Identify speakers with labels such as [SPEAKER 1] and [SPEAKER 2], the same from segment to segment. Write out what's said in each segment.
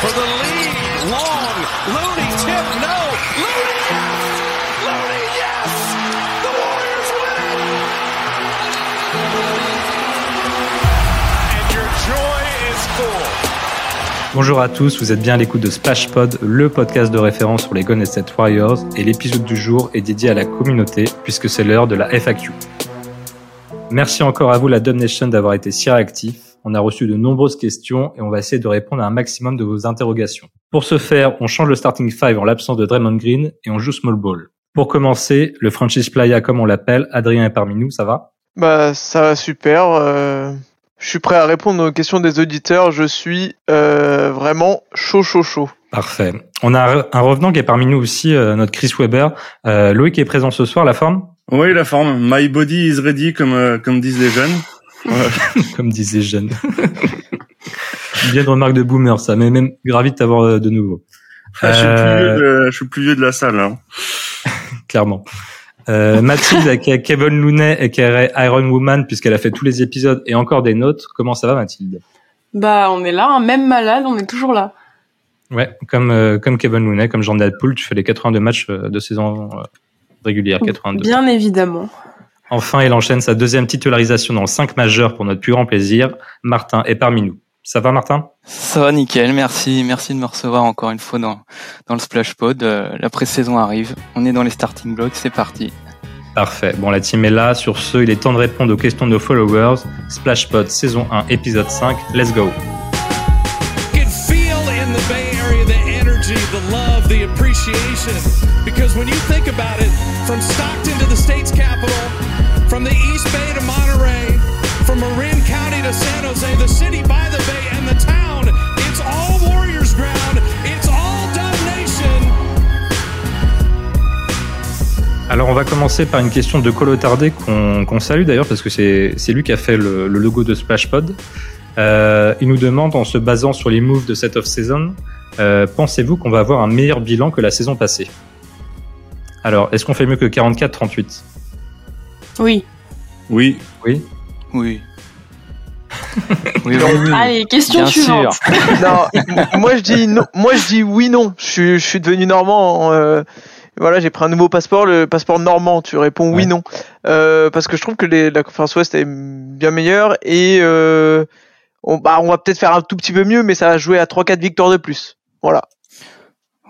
[SPEAKER 1] for the lead. Long. Looney tip. No. Looney. Yes. Looney. Yes. The Warriors win it.
[SPEAKER 2] And your joy is full.
[SPEAKER 3] Bonjour à tous, vous êtes bien à l'écoute de Splash Pod, le podcast de référence sur les Golden State Warriors, et l'épisode du jour est dédié à la communauté, puisque c'est l'heure de la FAQ. Merci encore à vous, la Dub Nation, d'avoir été si réactif. On a reçu de nombreuses questions et on va essayer de répondre à un maximum de vos interrogations. Pour ce faire, on change le starting five en l'absence de Draymond Green et on joue small ball. Pour commencer, le franchise playa comme on l'appelle, Adrien est parmi nous, ça va
[SPEAKER 4] Bah ça va super. euh, je suis prêt à répondre aux questions des auditeurs. Je suis euh, vraiment chaud chaud chaud.
[SPEAKER 3] Parfait. On a un re- un revenant qui est parmi nous aussi, euh, notre Chris Weber. Euh, Loïc est présent ce soir, la forme
[SPEAKER 5] Oui, la forme. My body is ready, comme euh, comme disent les jeunes. Voilà.
[SPEAKER 3] comme disait Jeanne. Bien de remarque de boomer, ça, mais même gravi de t'avoir euh, de nouveau,
[SPEAKER 5] Je suis le plus
[SPEAKER 3] Euh.
[SPEAKER 5] vieux de, je suis le plus vieux de la salle. hein.
[SPEAKER 3] clairement. Euh, Mathilde, qui est Kevin Looney et qui est Iron Woman, puisqu'elle a fait tous les épisodes et encore des nôtres. Comment ça va, Mathilde
[SPEAKER 6] Bah, on est là, hein, même malade, on est toujours là.
[SPEAKER 3] Ouais, comme euh, comme Kevin Looney, comme Jean Dalpool, tu fais les 82 matchs euh, de saison euh, régulière, 82.
[SPEAKER 6] Bien évidemment.
[SPEAKER 3] Enfin, elle enchaîne sa deuxième titularisation dans 5 majeurs pour notre plus grand plaisir. Martin est parmi nous. Ça va, Martin
[SPEAKER 7] Ça va nickel, merci, merci de me recevoir encore une fois dans, dans le Splash Pod. Euh, la pré-saison arrive, on est dans les starting blocks, c'est parti.
[SPEAKER 3] Parfait. Bon, la team est là. Sur ce, il est temps de répondre aux questions de nos followers. Splashpod saison 1, épisode 5. Let's go.
[SPEAKER 1] can feel in the Bay Area the energy, the love, the appreciation. Because when you think about it, from Stockton to the state's capital, from the East Bay to Monterey, from Marin County to San Jose, the city by the bay and the town, it's all Warriors ground. It's all Dub Nation.
[SPEAKER 3] Alors, on va commencer par une question de Colo Tardé qu'on qu'on salue d'ailleurs parce que c'est c'est lui qui a fait le, le logo de Splashpod. Euh, il nous demande, en se basant sur les moves de cette off-season, euh, pensez-vous qu'on va avoir un meilleur bilan que la saison passée Alors, est-ce qu'on fait mieux que 44-38
[SPEAKER 6] Oui.
[SPEAKER 3] Oui
[SPEAKER 5] Oui.
[SPEAKER 7] Oui. oui, oui, oui.
[SPEAKER 3] Hmm.
[SPEAKER 6] Allez, question
[SPEAKER 7] Bien
[SPEAKER 6] suivante.
[SPEAKER 7] sûr.
[SPEAKER 4] Non, m- moi je dis non. Moi je dis oui non. Je suis je suis devenu normand. euh, voilà, j'ai pris un nouveau passeport, le passeport normand. Tu réponds oui
[SPEAKER 3] Ouais.
[SPEAKER 4] non Euh, parce que je trouve que les- la conférence ouest est bien meilleure et euh, on, bah, on va peut-être faire un tout petit peu mieux, mais ça va jouer à 3-4 victoires de plus. Voilà.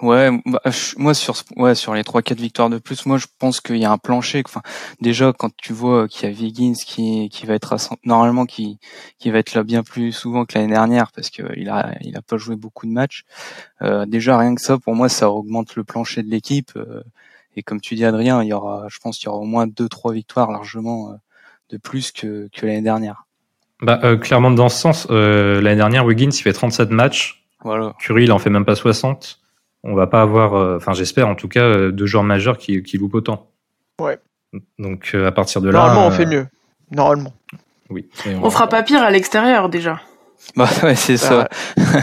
[SPEAKER 7] Ouais, bah, je- moi sur ce- ouais sur les trois quatre victoires de plus, moi je pense qu'il y a un plancher. Enfin, déjà quand tu vois euh, qu'il y a Wiggins qui qui va être à cent- normalement qui qui va être là bien plus souvent que l'année dernière parce que euh, il a il a pas joué beaucoup de matchs. Euh, déjà rien que ça pour moi ça augmente le plancher de l'équipe euh, et comme tu dis Adrien, il y aura je pense qu'il y aura au moins deux trois victoires largement euh, de plus que que l'année dernière.
[SPEAKER 3] bah, euh, Clairement, dans ce sens, euh, l'année dernière, Wiggins, il fait 37 matchs.
[SPEAKER 7] Voilà.
[SPEAKER 3] Curry, il en fait même pas 60. On va pas avoir, euh, enfin j'espère en tout cas, euh, deux joueurs majeurs qui, qui loupent autant.
[SPEAKER 4] Ouais.
[SPEAKER 3] Donc euh, à partir de là.
[SPEAKER 4] Normalement,
[SPEAKER 3] euh,
[SPEAKER 4] on fait mieux. Normalement.
[SPEAKER 3] Oui.
[SPEAKER 6] On fera pas pire à l'extérieur déjà.
[SPEAKER 7] Bah ouais, c'est
[SPEAKER 4] C'est
[SPEAKER 7] ça.
[SPEAKER 4] vrai.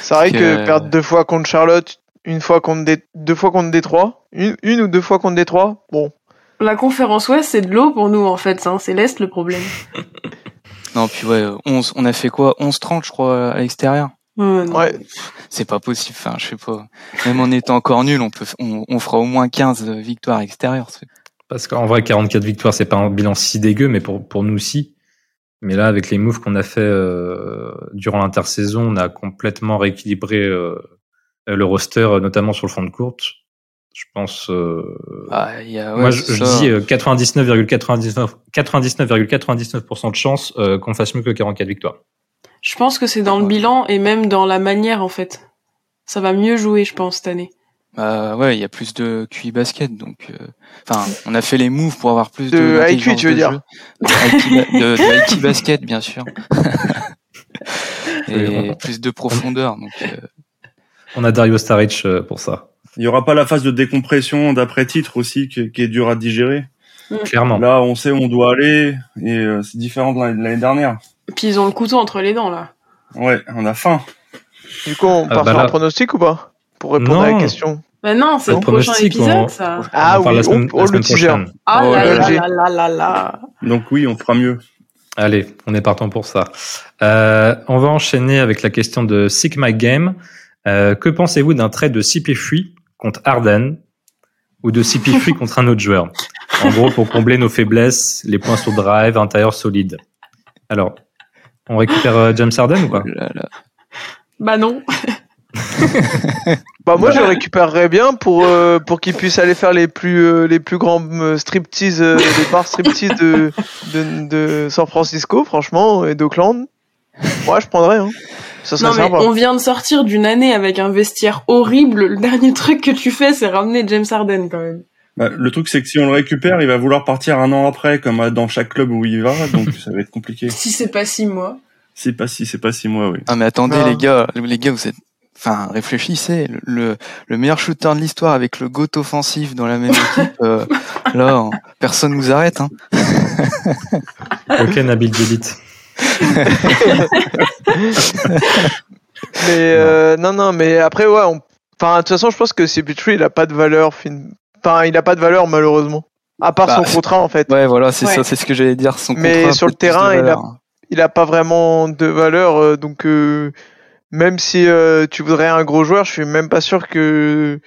[SPEAKER 4] C'est vrai que,
[SPEAKER 7] Parce que-
[SPEAKER 4] perdre deux fois contre Charlotte, une fois contre des, deux fois contre Détroit, une, une ou deux fois contre Détroit, bon.
[SPEAKER 6] La conférence ouest, c'est de l'eau pour nous en fait, hein, c'est l'est le problème.
[SPEAKER 7] Non, puis ouais, euh, 11 on a fait quoi 11 30 je crois à l'extérieur.
[SPEAKER 6] Euh, non.
[SPEAKER 4] Ouais,
[SPEAKER 7] c'est pas possible. Enfin, je sais pas. Même en étant encore nul, on peut, on, on fera au moins 15 victoires extérieures. C'est-
[SPEAKER 3] Parce qu'en vrai, 44 victoires, c'est pas un bilan si dégueu, mais pour, pour nous, si. Mais là, avec les moves qu'on a fait euh, durant l'intersaison, on a complètement rééquilibré euh, le roster, euh, notamment sur le fond de courte. Je pense. euh,
[SPEAKER 7] Ah, il y a, ouais,
[SPEAKER 3] moi, je,
[SPEAKER 7] c'est
[SPEAKER 3] je
[SPEAKER 7] ça.
[SPEAKER 3] dis euh, 99,99 99,99% de chance euh, qu'on fasse mieux que 44 victoires.
[SPEAKER 6] Je pense que c'est dans le bilan et même dans la manière en fait. Ça va mieux jouer, je pense, cette année.
[SPEAKER 7] Bah ouais, il y a plus de QI basket, donc. euh, Enfin, on a fait les moves pour avoir plus de.
[SPEAKER 4] De IQ,
[SPEAKER 7] d'intelligence
[SPEAKER 4] tu veux
[SPEAKER 7] de
[SPEAKER 4] dire.
[SPEAKER 7] jeu. De IQ, de, de IQ basket, bien sûr.
[SPEAKER 3] Oui,
[SPEAKER 7] Et plus de profondeur, donc. euh,
[SPEAKER 3] On a Dario Staric euh, pour ça,
[SPEAKER 5] Il y aura pas la phase de décompression d'après titre aussi qui, qui est dure à digérer.
[SPEAKER 3] clairement.
[SPEAKER 5] Là, on sait où on doit aller et euh, c'est différent de l'année de l'année dernière.
[SPEAKER 6] Puis ils ont le couteau entre les dents là.
[SPEAKER 5] Ouais, on a faim.
[SPEAKER 4] du coup, on
[SPEAKER 3] Ah,
[SPEAKER 4] part
[SPEAKER 3] bah
[SPEAKER 4] sur
[SPEAKER 3] là-
[SPEAKER 4] un pronostic ou pas Pour répondre à
[SPEAKER 3] Non.
[SPEAKER 4] la question.
[SPEAKER 6] Bah non, c'est
[SPEAKER 3] Le
[SPEAKER 6] le prochain
[SPEAKER 3] pronostic,
[SPEAKER 6] épisode
[SPEAKER 3] on-
[SPEAKER 6] ça.
[SPEAKER 4] Ah
[SPEAKER 3] On en parle
[SPEAKER 4] oui,
[SPEAKER 3] la semaine-
[SPEAKER 4] oh,
[SPEAKER 3] la
[SPEAKER 4] oh,
[SPEAKER 3] semaine
[SPEAKER 4] le teaser.
[SPEAKER 3] prochaine.
[SPEAKER 6] Ah
[SPEAKER 7] Oh,
[SPEAKER 6] là
[SPEAKER 4] le
[SPEAKER 6] là
[SPEAKER 4] LG.
[SPEAKER 6] là là là là.
[SPEAKER 5] Donc oui, on fera mieux.
[SPEAKER 3] Allez, on est partant pour ça. Euh, on va enchaîner avec la question de Sick My Game. Euh, que pensez-vous d'un trait de Cipifui contre Arden ou de Cipifui contre un autre joueur En gros, pour combler nos faiblesses, les points sur drive, intérieur solide. Alors, on récupère euh, James Arden ou pas
[SPEAKER 7] Oh là là.
[SPEAKER 6] Bah non.
[SPEAKER 4] Bah moi je le récupérerais bien pour euh, pour qu'il puisse aller faire les plus euh, les plus grands euh, striptease euh, les bars striptease de, de de San Francisco franchement et d'Oakland. Moi je prendrais hein. Ça serait
[SPEAKER 6] Non mais
[SPEAKER 4] sympa.
[SPEAKER 6] on vient de sortir d'une année avec un vestiaire horrible. Le dernier truc que tu fais, c'est ramener James Harden quand même.
[SPEAKER 5] Bah, le truc, c'est que si on le récupère, il va vouloir partir un an après, comme euh, dans chaque club où il va, donc ça va être compliqué.
[SPEAKER 6] Si c'est pas six mois.
[SPEAKER 5] C'est pas si, c'est pas six mois, oui.
[SPEAKER 7] Ah mais attendez
[SPEAKER 4] Non.
[SPEAKER 7] les gars, les gars vous êtes, enfin réfléchissez. Le, le, le meilleur shooter de l'histoire avec le GOAT offensif dans la même équipe, euh, là on- personne nous arrête. Hein.
[SPEAKER 3] Ok, Nabil Djellit.
[SPEAKER 4] Mais euh, non non mais après ouais on enfin de toute façon je pense que CP3 il a pas de valeur fin- enfin il a pas de valeur malheureusement à part
[SPEAKER 7] Bah,
[SPEAKER 4] son contrat en fait.
[SPEAKER 7] Ouais voilà c'est
[SPEAKER 6] Ouais.
[SPEAKER 7] ça, c'est ce que j'allais dire. Son
[SPEAKER 4] Mais
[SPEAKER 7] contrat a
[SPEAKER 4] sur le
[SPEAKER 7] peut-être plus de
[SPEAKER 4] terrain, il a-
[SPEAKER 7] valeur, hein.
[SPEAKER 4] il a pas vraiment de valeur euh, donc euh, même si euh, tu voudrais un gros joueur je suis même pas sûr que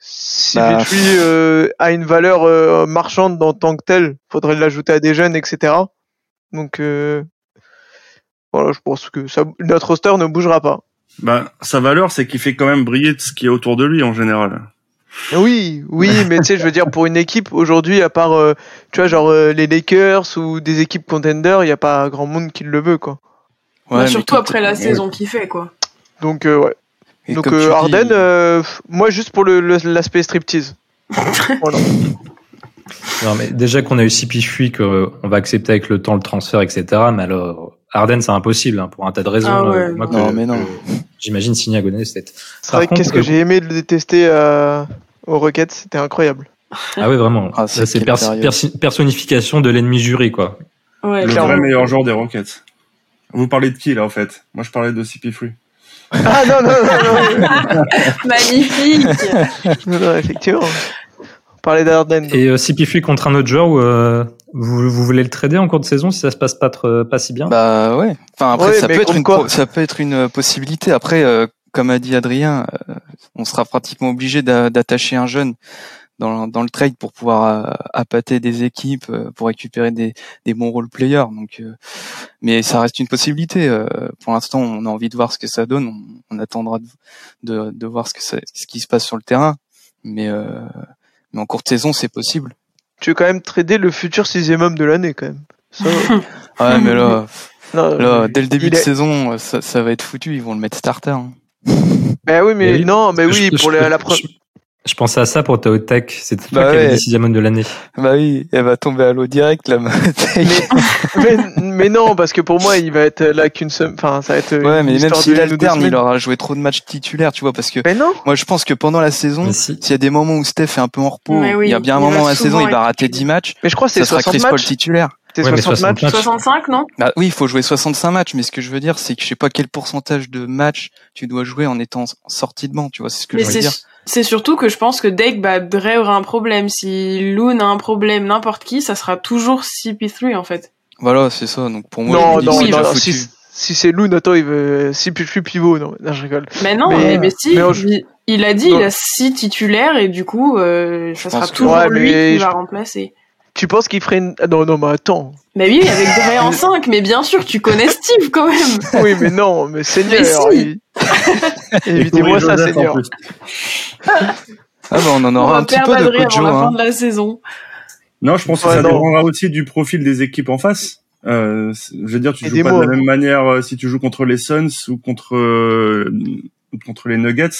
[SPEAKER 4] si
[SPEAKER 7] Bah,
[SPEAKER 4] Petrie, euh, a une valeur euh, marchande en tant que telle faudrait l'ajouter à des jeunes etc donc euh, voilà je pense que ça, notre roster ne bougera pas
[SPEAKER 5] Bah, sa valeur, c'est qu'il fait quand même briller de ce qui est autour de lui, en général.
[SPEAKER 4] oui oui mais tu sais je veux dire pour une équipe aujourd'hui à part euh, tu vois genre euh, les Lakers ou des équipes contenders il y a pas grand monde qui le veut quoi
[SPEAKER 6] Bah,
[SPEAKER 7] Ouais, mais
[SPEAKER 6] surtout
[SPEAKER 7] comme-
[SPEAKER 6] après la saison qu'il fait quoi.
[SPEAKER 4] donc euh, ouais
[SPEAKER 7] et
[SPEAKER 4] Donc
[SPEAKER 7] comme tu
[SPEAKER 4] euh,
[SPEAKER 7] dis,
[SPEAKER 4] Arden, euh, pff, moi juste pour le- le- l'aspect striptease. Voilà.
[SPEAKER 3] Non, mais déjà qu'on a eu Cipifui, qu'on euh, va accepter avec le temps le transfert, etc. Mais alors, Arden, c'est impossible hein, pour un tas de raisons.
[SPEAKER 6] Ah ouais,
[SPEAKER 3] Euh, moi,
[SPEAKER 7] non,
[SPEAKER 3] que-
[SPEAKER 7] mais non.
[SPEAKER 3] que J'imagine signer à Golden State.
[SPEAKER 4] C'est
[SPEAKER 3] Par
[SPEAKER 4] vrai que
[SPEAKER 3] contre,
[SPEAKER 4] qu'est-ce que
[SPEAKER 3] euh,
[SPEAKER 4] j'ai aimé de le détester euh, aux Rockets, c'était incroyable.
[SPEAKER 3] Ah oui, vraiment.
[SPEAKER 7] Ah,
[SPEAKER 3] Ça, c'est
[SPEAKER 7] quelle
[SPEAKER 3] pers-
[SPEAKER 7] période.
[SPEAKER 3] persi- personnification de l'ennemi juré, quoi.
[SPEAKER 6] Ouais.
[SPEAKER 5] Le
[SPEAKER 4] clairement.
[SPEAKER 5] vrai meilleur joueur des Rockets. Vous parlez de qui, là, en fait? Moi, je parlais de CP3.
[SPEAKER 4] Ah non non non, non,
[SPEAKER 6] Magnifique.
[SPEAKER 4] non, non, effectivement. On parlait d'Arden.
[SPEAKER 3] Et euh, Cipifui contre un autre joueur, où, euh, vous, vous voulez le trader en cours de saison si ça se passe pas, tr- pas si bien
[SPEAKER 7] Bah ouais. Enfin après
[SPEAKER 4] Ouais,
[SPEAKER 7] ça
[SPEAKER 4] mais
[SPEAKER 7] peut être
[SPEAKER 4] comme
[SPEAKER 7] une
[SPEAKER 4] quoi.
[SPEAKER 7] pro- ça peut être une euh, possibilité. Après euh, comme a dit Adrien, euh, on sera pratiquement obligé d'a- d'attacher un jeune dans, dans le trade pour pouvoir euh, appâter des équipes euh, pour récupérer des, des bons role players. Donc euh, mais ça reste une possibilité. euh, pour l'instant on a envie de voir ce que ça donne. On, on attendra de, de, de voir ce que ça- ce qui se passe sur le terrain. Mais euh, mais en cours de saison c'est possible.
[SPEAKER 4] Tu veux quand même trader le futur sixième homme de l'année quand même. Ça, euh,
[SPEAKER 7] Ouais mais là
[SPEAKER 4] non, euh,
[SPEAKER 7] là
[SPEAKER 4] mais-
[SPEAKER 7] dès le début
[SPEAKER 4] il
[SPEAKER 7] de
[SPEAKER 4] est-
[SPEAKER 7] saison euh, ça, ça va être foutu. Ils vont le mettre starter. hein.
[SPEAKER 4] Bah oui mais
[SPEAKER 3] Et-
[SPEAKER 4] non mais oui
[SPEAKER 3] Je-
[SPEAKER 4] pour
[SPEAKER 3] je-
[SPEAKER 4] la, la
[SPEAKER 3] je-
[SPEAKER 4] pre-
[SPEAKER 3] Je, je pensais à ça pour Tao Tech. C'était
[SPEAKER 7] Bah
[SPEAKER 3] toi qui avais
[SPEAKER 7] ouais.
[SPEAKER 3] dit sixième homme de l'année.
[SPEAKER 7] Bah oui, elle va tomber à l'eau direct la
[SPEAKER 4] euh,
[SPEAKER 7] bataille.
[SPEAKER 4] mais, mais non parce que pour moi il va être là qu'une semaine. Enfin ça va être.
[SPEAKER 7] Ouais,
[SPEAKER 4] une
[SPEAKER 7] mais même
[SPEAKER 4] histoire
[SPEAKER 7] s'il
[SPEAKER 4] de une ou deux
[SPEAKER 7] alterne, il
[SPEAKER 4] semaines.
[SPEAKER 7] aura joué trop de matchs titulaires, tu vois, parce que
[SPEAKER 4] Mais non.
[SPEAKER 7] moi je pense que pendant la saison,
[SPEAKER 3] Mais si.
[SPEAKER 7] s'il y a des moments où Steph est un peu en repos,
[SPEAKER 6] Mais oui,
[SPEAKER 7] il y a bien un
[SPEAKER 6] il
[SPEAKER 7] moment dans
[SPEAKER 6] va
[SPEAKER 7] la saison,
[SPEAKER 6] souvent
[SPEAKER 7] il va
[SPEAKER 6] être
[SPEAKER 7] rater
[SPEAKER 6] titulaire.
[SPEAKER 7] 10 matchs,
[SPEAKER 4] Mais je crois que
[SPEAKER 7] ça
[SPEAKER 4] c'est
[SPEAKER 7] sera
[SPEAKER 4] 60
[SPEAKER 7] Chris Paul
[SPEAKER 4] matchs.
[SPEAKER 7] titulaire.
[SPEAKER 4] C'est
[SPEAKER 3] Ouais, mais
[SPEAKER 4] 60 matchs.
[SPEAKER 6] 65 non
[SPEAKER 7] Bah oui, il faut jouer 65 matchs, mais ce que je veux dire, c'est que je sais pas quel pourcentage de matchs tu dois jouer en étant sorti de banc, tu vois, c'est ce que
[SPEAKER 6] Mais
[SPEAKER 7] je veux
[SPEAKER 6] c'est
[SPEAKER 7] dire.
[SPEAKER 6] c'est surtout que je pense que dès que bah, Dre aura un problème, si Loon a un problème, n'importe qui, ça sera toujours CP3 en fait.
[SPEAKER 7] Voilà, c'est ça, donc pour moi,
[SPEAKER 4] non,
[SPEAKER 7] je me dis,
[SPEAKER 4] non,
[SPEAKER 7] c'est
[SPEAKER 4] non,
[SPEAKER 7] déjà
[SPEAKER 4] non,
[SPEAKER 7] foutu.
[SPEAKER 4] si, si c'est Loon, attends, il veut. Si je suis pivot, non, non, je rigole.
[SPEAKER 6] Mais non,
[SPEAKER 4] Mais-
[SPEAKER 6] mais, mais si,
[SPEAKER 4] mais en-
[SPEAKER 6] il, il a dit,
[SPEAKER 4] Non.
[SPEAKER 6] il a 6 titulaires et du coup, euh, ça sera
[SPEAKER 7] pense que-
[SPEAKER 6] toujours
[SPEAKER 4] Ouais,
[SPEAKER 6] lui
[SPEAKER 4] mais
[SPEAKER 6] qui
[SPEAKER 4] je-
[SPEAKER 6] va remplacer.
[SPEAKER 4] Tu penses qu'il ferait une. ah, Non, non, mais attends.
[SPEAKER 6] Mais oui, avec Dre en 5, mais bien sûr, tu connais Steve quand même.
[SPEAKER 4] Oui, mais non, mais Seigneur.
[SPEAKER 6] si.
[SPEAKER 4] il- Évitez-moi
[SPEAKER 5] Corey
[SPEAKER 4] ça,
[SPEAKER 5] Joseph, en
[SPEAKER 4] Seigneur.
[SPEAKER 5] plus.
[SPEAKER 7] Ah bah on en
[SPEAKER 6] On
[SPEAKER 7] aura
[SPEAKER 6] va
[SPEAKER 7] un petit
[SPEAKER 6] perdre
[SPEAKER 7] peu de
[SPEAKER 6] Adrien avant
[SPEAKER 7] Kojo,
[SPEAKER 6] la fin
[SPEAKER 7] hein.
[SPEAKER 6] de la saison.
[SPEAKER 5] Non, je pense que
[SPEAKER 4] Ouais,
[SPEAKER 5] ça
[SPEAKER 4] non.
[SPEAKER 5] dépendra aussi du profil des équipes en face. Euh, c'est- je veux dire, tu
[SPEAKER 4] Et
[SPEAKER 5] joues
[SPEAKER 4] des
[SPEAKER 5] pas
[SPEAKER 4] mots.
[SPEAKER 5] de la même manière euh, si tu joues contre les Suns ou contre euh, ou contre les Nuggets.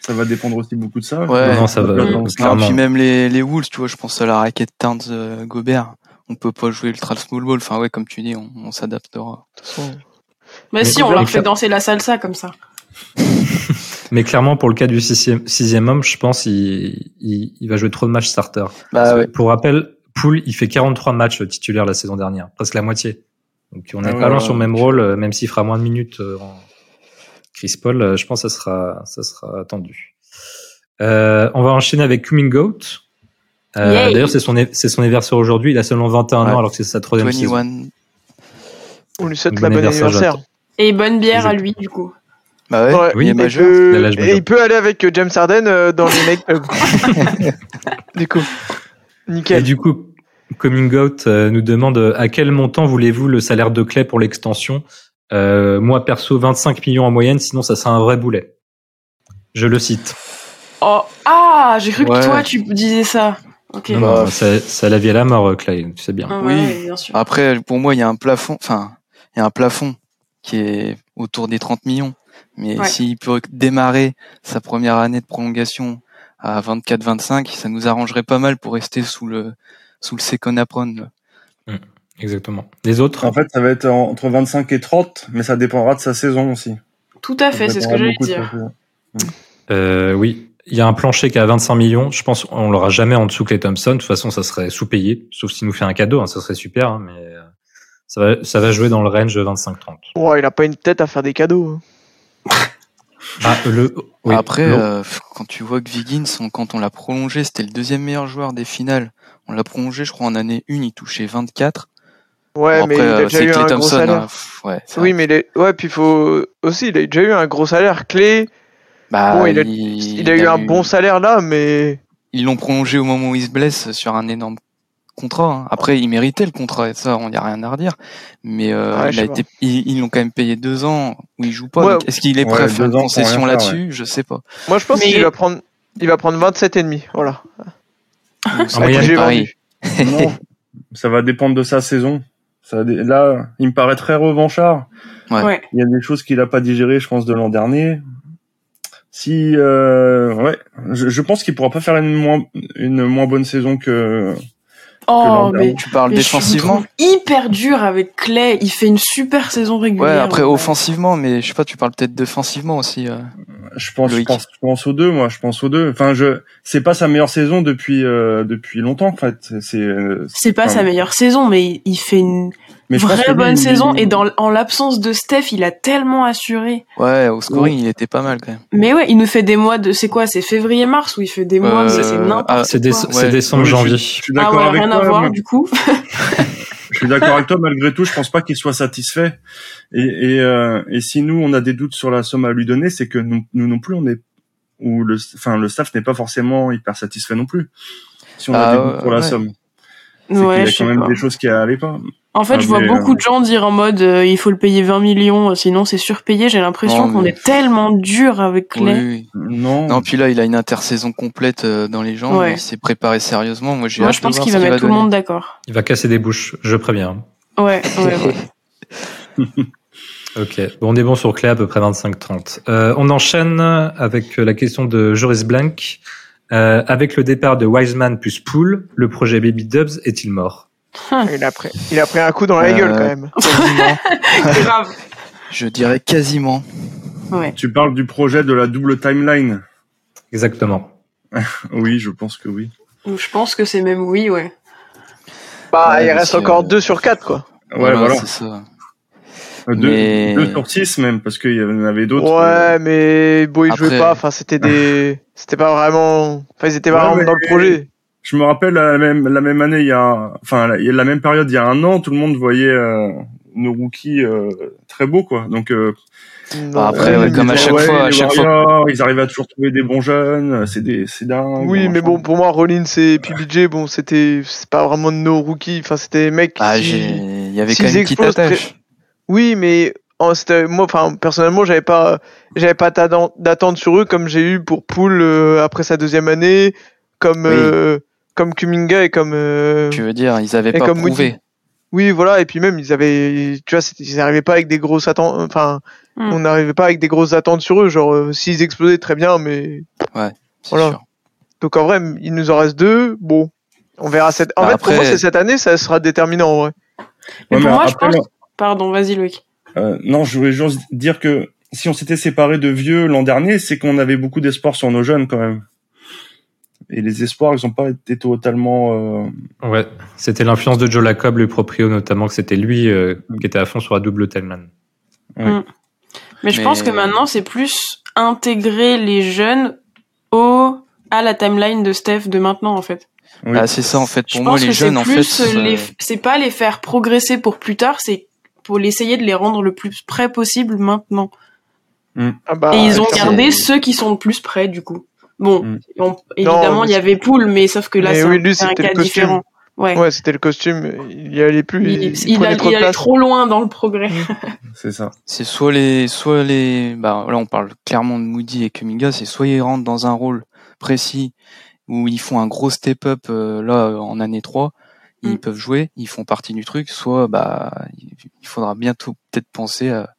[SPEAKER 5] Ça va dépendre aussi beaucoup de ça. euh,
[SPEAKER 7] Ouais. Mmh.
[SPEAKER 3] Non, ça va.
[SPEAKER 5] Non,
[SPEAKER 7] Non,
[SPEAKER 3] clairement.
[SPEAKER 7] puis même les, les Wolves, tu vois, je pense à la raquette Towns euh, Gobert. On peut pas jouer ultra small ball. Enfin, ouais, comme tu dis, on, on s'adaptera.
[SPEAKER 6] Mais,
[SPEAKER 3] Mais
[SPEAKER 6] si, on
[SPEAKER 3] Kojo, il
[SPEAKER 6] leur fait
[SPEAKER 3] fait-
[SPEAKER 6] danser la salsa comme ça.
[SPEAKER 3] Mais clairement, pour le cas du sixième, sixième homme, je pense il, il, il va jouer trop de matchs starter.
[SPEAKER 7] Bah ouais.
[SPEAKER 3] Pour rappel, Poul, il fait 43 matchs titulaires la saison dernière, presque la moitié. Donc on n'est
[SPEAKER 5] Ah
[SPEAKER 3] pas
[SPEAKER 5] ouais,
[SPEAKER 3] loin
[SPEAKER 5] ouais,
[SPEAKER 3] sur le même rôle, euh, même s'il fera moins de minutes euh, en Chris Paul, euh, je pense que ça sera, ça sera attendu. Euh, on va enchaîner avec Coming Out. Euh,
[SPEAKER 6] Yay.
[SPEAKER 3] D'ailleurs, c'est son, é- c'est son anniversaire aujourd'hui. Il a seulement 21
[SPEAKER 7] Ouais.
[SPEAKER 3] ans alors que c'est sa troisième saison.
[SPEAKER 7] 21.
[SPEAKER 4] On lui souhaite
[SPEAKER 3] Bon
[SPEAKER 4] la bonne
[SPEAKER 3] anniversaire,
[SPEAKER 4] anniversaire.
[SPEAKER 6] Et bonne bière à
[SPEAKER 3] Exact.
[SPEAKER 6] lui, du coup.
[SPEAKER 7] Bah ouais,
[SPEAKER 4] Ouais.
[SPEAKER 7] oui, il est
[SPEAKER 3] Et
[SPEAKER 7] majeur.
[SPEAKER 4] que-
[SPEAKER 3] Il a l'âge
[SPEAKER 4] et
[SPEAKER 3] majeur.
[SPEAKER 4] il peut aller avec euh, James Harden euh, dans les mecs. euh, du coup,
[SPEAKER 3] Et
[SPEAKER 4] nickel.
[SPEAKER 3] du coup, Coming Out euh, nous demande euh, à quel montant voulez-vous le salaire de Clay pour l'extension Euh, Moi perso, 25 millions en moyenne, sinon ça serait un vrai boulet. Je le cite.
[SPEAKER 6] Oh, ah, j'ai cru
[SPEAKER 7] Ouais.
[SPEAKER 6] que toi tu disais ça. Ok.
[SPEAKER 3] Non,
[SPEAKER 7] Bah,
[SPEAKER 3] non, c'est c'est la vie à la mort, euh, Clay, tu sais bien.
[SPEAKER 6] Ah,
[SPEAKER 7] oui.
[SPEAKER 6] ouais, bien sûr.
[SPEAKER 7] Après, pour moi, il y a un plafond, enfin, il y a un plafond qui est autour des 30 millions. Mais
[SPEAKER 6] Ouais.
[SPEAKER 7] s'il peut démarrer sa première année de prolongation à 24-25, ça nous arrangerait pas mal pour rester sous le sous le second apron. là.
[SPEAKER 3] Exactement. Les autres
[SPEAKER 5] En fait, ça va être en- entre 25 et 30, mais ça dépendra de sa saison aussi.
[SPEAKER 6] Tout
[SPEAKER 5] Ça
[SPEAKER 6] à fait, c'est ce
[SPEAKER 5] dépendra
[SPEAKER 6] que j'allais
[SPEAKER 5] beaucoup de
[SPEAKER 6] dire.
[SPEAKER 5] sa saison.
[SPEAKER 3] Euh, oui, il y a un plancher qui est à 25 millions. Je pense qu'on l'aura jamais en dessous que les Thompson. De toute façon, ça serait sous-payé, sauf s'il nous fait un cadeau, hein, ça serait super. hein, mais euh, ça va, ça va jouer dans le range 25-30.
[SPEAKER 4] Ouais, il a pas une tête à faire des cadeaux. hein.
[SPEAKER 3] Ah, le. oui,
[SPEAKER 7] Après,
[SPEAKER 3] l'autre.
[SPEAKER 7] euh, pff, quand tu vois que Wiggins, on- quand on l'a prolongé, c'était le deuxième meilleur joueur des finales. On l'a prolongé, je crois, en année 1, il touchait 24.
[SPEAKER 4] Ouais,
[SPEAKER 7] Bon,
[SPEAKER 4] mais
[SPEAKER 7] après,
[SPEAKER 4] il a
[SPEAKER 7] euh,
[SPEAKER 4] déjà
[SPEAKER 7] c'est
[SPEAKER 4] eu
[SPEAKER 7] Klay
[SPEAKER 4] un gros
[SPEAKER 7] Thompson,
[SPEAKER 4] salaire.
[SPEAKER 7] hein, pff, ouais, c'est
[SPEAKER 4] oui,
[SPEAKER 7] vrai.
[SPEAKER 4] mais il est- ouais, puis il faut aussi, il a déjà eu un gros salaire. Clé,
[SPEAKER 7] Bah,
[SPEAKER 4] bon, il a- il a eu un bon salaire là, mais
[SPEAKER 7] ils l'ont prolongé au moment où il se blesse sur un énorme contrat. hein. Après, il méritait le contrat, et ça, on n'y a rien à redire. Mais euh,
[SPEAKER 4] Ouais,
[SPEAKER 7] il
[SPEAKER 4] je
[SPEAKER 7] a
[SPEAKER 4] sais
[SPEAKER 7] été, ils ils l'ont quand même payé deux ans où il joue pas.
[SPEAKER 4] Ouais.
[SPEAKER 7] Donc, Est-ce qu'il est prêt
[SPEAKER 5] Ouais,
[SPEAKER 7] à faire une
[SPEAKER 5] deux ans pour
[SPEAKER 7] concession
[SPEAKER 5] rien faire,
[SPEAKER 7] là-dessus Je sais pas.
[SPEAKER 4] moi je pense
[SPEAKER 6] Mais-
[SPEAKER 4] qu'il va prendre, il va prendre 27 et demi. Voilà. Ah,
[SPEAKER 7] En
[SPEAKER 3] moyenne,
[SPEAKER 4] j'ai
[SPEAKER 7] pareil.
[SPEAKER 5] Non, ça va dépendre de sa saison. Ça, va dé- là, il me paraît très revanchard.
[SPEAKER 7] Ouais.
[SPEAKER 6] Ouais.
[SPEAKER 5] Il y a des choses qu'il a pas digérées, je pense, de l'an dernier. Si, euh, ouais, je, je pense qu'il pourra pas faire une moins, une moins bonne saison que.
[SPEAKER 6] Oh,
[SPEAKER 5] l'an
[SPEAKER 6] mais.
[SPEAKER 5] dernier.
[SPEAKER 7] Tu parles
[SPEAKER 6] mais je vous
[SPEAKER 7] défensivement
[SPEAKER 6] trouve hyper dur avec Clay. Il fait une super saison régulière.
[SPEAKER 7] Ouais, après
[SPEAKER 6] Ouais.
[SPEAKER 7] offensivement, mais je sais pas, tu parles peut-être défensivement aussi. euh.
[SPEAKER 5] Je pense, je
[SPEAKER 7] Loïc.
[SPEAKER 5] pense, je pense aux deux, moi, je pense aux deux. Enfin, je, c'est pas sa meilleure saison depuis, euh, depuis longtemps, en fait. C'est- C'est, euh,
[SPEAKER 6] C'est pas
[SPEAKER 5] enfin,
[SPEAKER 6] sa meilleure saison, mais il- il fait une
[SPEAKER 5] mais je pense que
[SPEAKER 6] vraie
[SPEAKER 5] lui, il-
[SPEAKER 6] bonne saison. Et dans, l- en l'absence de Steph, il a tellement assuré.
[SPEAKER 7] Ouais, au scoring, il était pas mal quand même.
[SPEAKER 6] Mais ouais, il nous fait des mois de. C'est quoi C'est février-mars où il fait des mois,
[SPEAKER 7] Euh,
[SPEAKER 6] mais c'est n'importe
[SPEAKER 7] ah,
[SPEAKER 3] C'est
[SPEAKER 6] quoi.
[SPEAKER 3] déce-
[SPEAKER 7] Ouais.
[SPEAKER 3] c'est décembre,
[SPEAKER 5] Oui,
[SPEAKER 3] janvier.
[SPEAKER 5] Je suis
[SPEAKER 6] Ah
[SPEAKER 5] d'accord
[SPEAKER 6] ouais,
[SPEAKER 5] avec
[SPEAKER 6] rien
[SPEAKER 5] toi.
[SPEAKER 6] à
[SPEAKER 5] moi.
[SPEAKER 6] voir du coup.
[SPEAKER 5] Je suis d'accord avec toi, malgré tout, je pense pas qu'il soit satisfait. Et, et, euh, et si nous, on a des doutes sur la somme à lui donner, c'est que nous, nous non plus, on est, ou le, enfin, le staff n'est pas forcément hyper satisfait non plus. Si on a
[SPEAKER 7] Ah,
[SPEAKER 5] des doutes
[SPEAKER 7] ouais,
[SPEAKER 5] pour la
[SPEAKER 7] ouais.
[SPEAKER 5] somme, c'est
[SPEAKER 6] Ouais, je
[SPEAKER 5] qu'il y a
[SPEAKER 6] sais
[SPEAKER 5] quand même
[SPEAKER 6] pas.
[SPEAKER 5] des choses qui allaient pas.
[SPEAKER 6] En fait,
[SPEAKER 5] Ah,
[SPEAKER 6] je vois
[SPEAKER 5] mais,
[SPEAKER 6] beaucoup de gens dire en mode euh, il faut le payer 20 millions, euh, sinon c'est surpayé. J'ai l'impression
[SPEAKER 7] Non,
[SPEAKER 6] qu'on
[SPEAKER 7] mais-
[SPEAKER 6] est tellement dur avec
[SPEAKER 7] Oui,
[SPEAKER 6] Clay.
[SPEAKER 7] oui.
[SPEAKER 5] Non.
[SPEAKER 7] Non, puis là, il a une intersaison complète euh, dans les jambes.
[SPEAKER 6] Ouais.
[SPEAKER 7] Il s'est préparé sérieusement. Moi, j'ai
[SPEAKER 6] Moi,
[SPEAKER 7] hâte
[SPEAKER 6] je
[SPEAKER 7] de
[SPEAKER 6] pense
[SPEAKER 7] voir
[SPEAKER 6] qu'il
[SPEAKER 7] ce
[SPEAKER 6] va mettre tout le
[SPEAKER 7] donner.
[SPEAKER 6] monde d'accord.
[SPEAKER 3] Il va casser des bouches, je préviens.
[SPEAKER 6] Ouais, ouais, ouais.
[SPEAKER 3] Ok, bon, on est bon sur Clay à peu près 25-30. Euh, on enchaîne avec euh, la question de Joris Blank. Euh, avec le départ de Wiseman plus Poole, le projet Baby Dubs est-il mort
[SPEAKER 4] Il a pris, il a pris un coup dans la
[SPEAKER 7] Euh,
[SPEAKER 4] gueule quand même.
[SPEAKER 7] Quasiment.
[SPEAKER 6] Grave.
[SPEAKER 7] Je dirais quasiment.
[SPEAKER 6] Ouais.
[SPEAKER 5] Tu parles du projet de la double timeline.
[SPEAKER 3] Exactement.
[SPEAKER 5] Oui, je pense que oui.
[SPEAKER 6] Donc, Je pense que c'est même oui, ouais.
[SPEAKER 4] Bah,
[SPEAKER 7] ouais,
[SPEAKER 4] il
[SPEAKER 7] parce
[SPEAKER 4] reste
[SPEAKER 7] que-
[SPEAKER 4] encore 2 sur 4 quoi.
[SPEAKER 5] Ouais, voilà.
[SPEAKER 7] c'est ça.
[SPEAKER 5] Deux,
[SPEAKER 7] Mais-
[SPEAKER 5] deux sur six même, parce qu'il y en avait d'autres.
[SPEAKER 4] Ouais, mais bon, ils
[SPEAKER 7] euh, Après-
[SPEAKER 4] jouaient pas. Enfin, c'était des, c'était pas vraiment, enfin, ils étaient
[SPEAKER 5] Ouais,
[SPEAKER 4] pas vraiment
[SPEAKER 5] mais-
[SPEAKER 4] dans le projet.
[SPEAKER 5] Je me rappelle la même, la même année, il y a, enfin, la, il y a la même période, il y a un an, tout le monde voyait euh, nos rookies euh, très beaux, quoi. Donc euh,
[SPEAKER 4] Non.
[SPEAKER 7] après, ouais,
[SPEAKER 5] ils
[SPEAKER 7] comme à
[SPEAKER 5] disaient,
[SPEAKER 7] chaque fois, à
[SPEAKER 5] les
[SPEAKER 7] chaque fois-
[SPEAKER 5] Warriors, ils arrivent à toujours trouver des bons jeunes, euh, c'est des, c'est dingue.
[SPEAKER 4] Oui, mais
[SPEAKER 5] machin.
[SPEAKER 4] bon, pour moi, Rollins et PBJ, bon, c'était, c'est pas vraiment de nos rookies. Enfin, c'était des mecs.
[SPEAKER 7] Ah,
[SPEAKER 4] qui-
[SPEAKER 7] j'ai. Il y avait
[SPEAKER 4] s'ils
[SPEAKER 7] quand même une petite
[SPEAKER 4] explosent très-
[SPEAKER 7] attache.
[SPEAKER 4] Oui, mais en- c'était- moi, enfin, personnellement, j'avais pas, j'avais pas t'attend- d'attente sur eux comme j'ai eu pour Poul après sa deuxième année, comme,
[SPEAKER 7] Oui.
[SPEAKER 4] euh, comme Kuminga et comme. euh,
[SPEAKER 7] Tu veux dire, ils avaient
[SPEAKER 4] Et
[SPEAKER 7] pas
[SPEAKER 4] comme Woody.
[SPEAKER 7] prouvé.
[SPEAKER 4] Oui, voilà, et puis même ils avaient, tu vois, c'était- ils n'arrivaient pas avec des grosses attentes, enfin,
[SPEAKER 6] Hmm.
[SPEAKER 4] on n'arrivait pas avec des grosses attentes sur eux, genre euh, s'ils explosaient très bien, mais
[SPEAKER 7] c'est
[SPEAKER 4] Voilà.
[SPEAKER 7] sûr.
[SPEAKER 4] donc en vrai, m- il nous en reste deux, bon, on verra cette. En
[SPEAKER 7] Bah,
[SPEAKER 4] fait,
[SPEAKER 7] après-
[SPEAKER 4] pour moi, c'est cette année, ça sera déterminant, en vrai.
[SPEAKER 5] Ouais,
[SPEAKER 6] Mais pour
[SPEAKER 5] mais
[SPEAKER 6] moi,
[SPEAKER 5] après,
[SPEAKER 6] je pense. Pardon, vas-y, Loïc.
[SPEAKER 5] Euh, non, je voulais juste dire que si on s'était séparé de vieux l'an dernier, c'est qu'on avait beaucoup d'espoir sur nos jeunes quand même. Et les espoirs, ils ont pas été totalement. euh,
[SPEAKER 3] Ouais, c'était l'influence de Joe Lacob, le proprio notamment, que c'était lui euh, qui était à fond sur la double timeline.
[SPEAKER 6] Mais je
[SPEAKER 7] Mais-
[SPEAKER 6] pense que maintenant, c'est plus intégrer les jeunes au à la timeline de Steph de maintenant en fait.
[SPEAKER 5] oui.
[SPEAKER 7] Ah, c'est ça en fait.
[SPEAKER 6] Je
[SPEAKER 7] Pour moi,
[SPEAKER 6] pense
[SPEAKER 7] les
[SPEAKER 6] que c'est
[SPEAKER 7] jeunes, en fait,
[SPEAKER 6] plus euh, les-
[SPEAKER 7] ça-
[SPEAKER 6] c'est pas les faire progresser pour plus tard, c'est pour l'essayer de les rendre le plus près possible maintenant.
[SPEAKER 4] Ah bah,
[SPEAKER 6] Et ils ont
[SPEAKER 4] c'est-
[SPEAKER 6] gardé ceux qui sont le plus près, du coup. Bon,
[SPEAKER 5] Mm.
[SPEAKER 6] on- évidemment, il y
[SPEAKER 4] mais-
[SPEAKER 6] avait Poul, mais sauf que là,
[SPEAKER 4] Mais
[SPEAKER 6] c'est
[SPEAKER 4] oui,
[SPEAKER 6] un-
[SPEAKER 4] lui,
[SPEAKER 6] c'est un,
[SPEAKER 4] c'était le
[SPEAKER 6] cas
[SPEAKER 4] costume.
[SPEAKER 6] différent. Ouais.
[SPEAKER 4] Ouais, c'était le costume. Il y allait plus. Il,
[SPEAKER 6] Il, il,
[SPEAKER 4] il prenait
[SPEAKER 6] a-
[SPEAKER 4] trop
[SPEAKER 6] il
[SPEAKER 4] de
[SPEAKER 6] allait
[SPEAKER 4] place.
[SPEAKER 6] trop loin dans le progrès.
[SPEAKER 5] C'est ça.
[SPEAKER 7] C'est soit les, soit les, bah là on parle clairement de Moody et Kuminga, c'est soit ils rentrent dans un rôle précis où ils font un gros step-up euh, là euh, en année 3, ils
[SPEAKER 6] Mm.
[SPEAKER 7] peuvent jouer, ils font partie du truc, soit bah il il faudra bientôt peut-être penser à,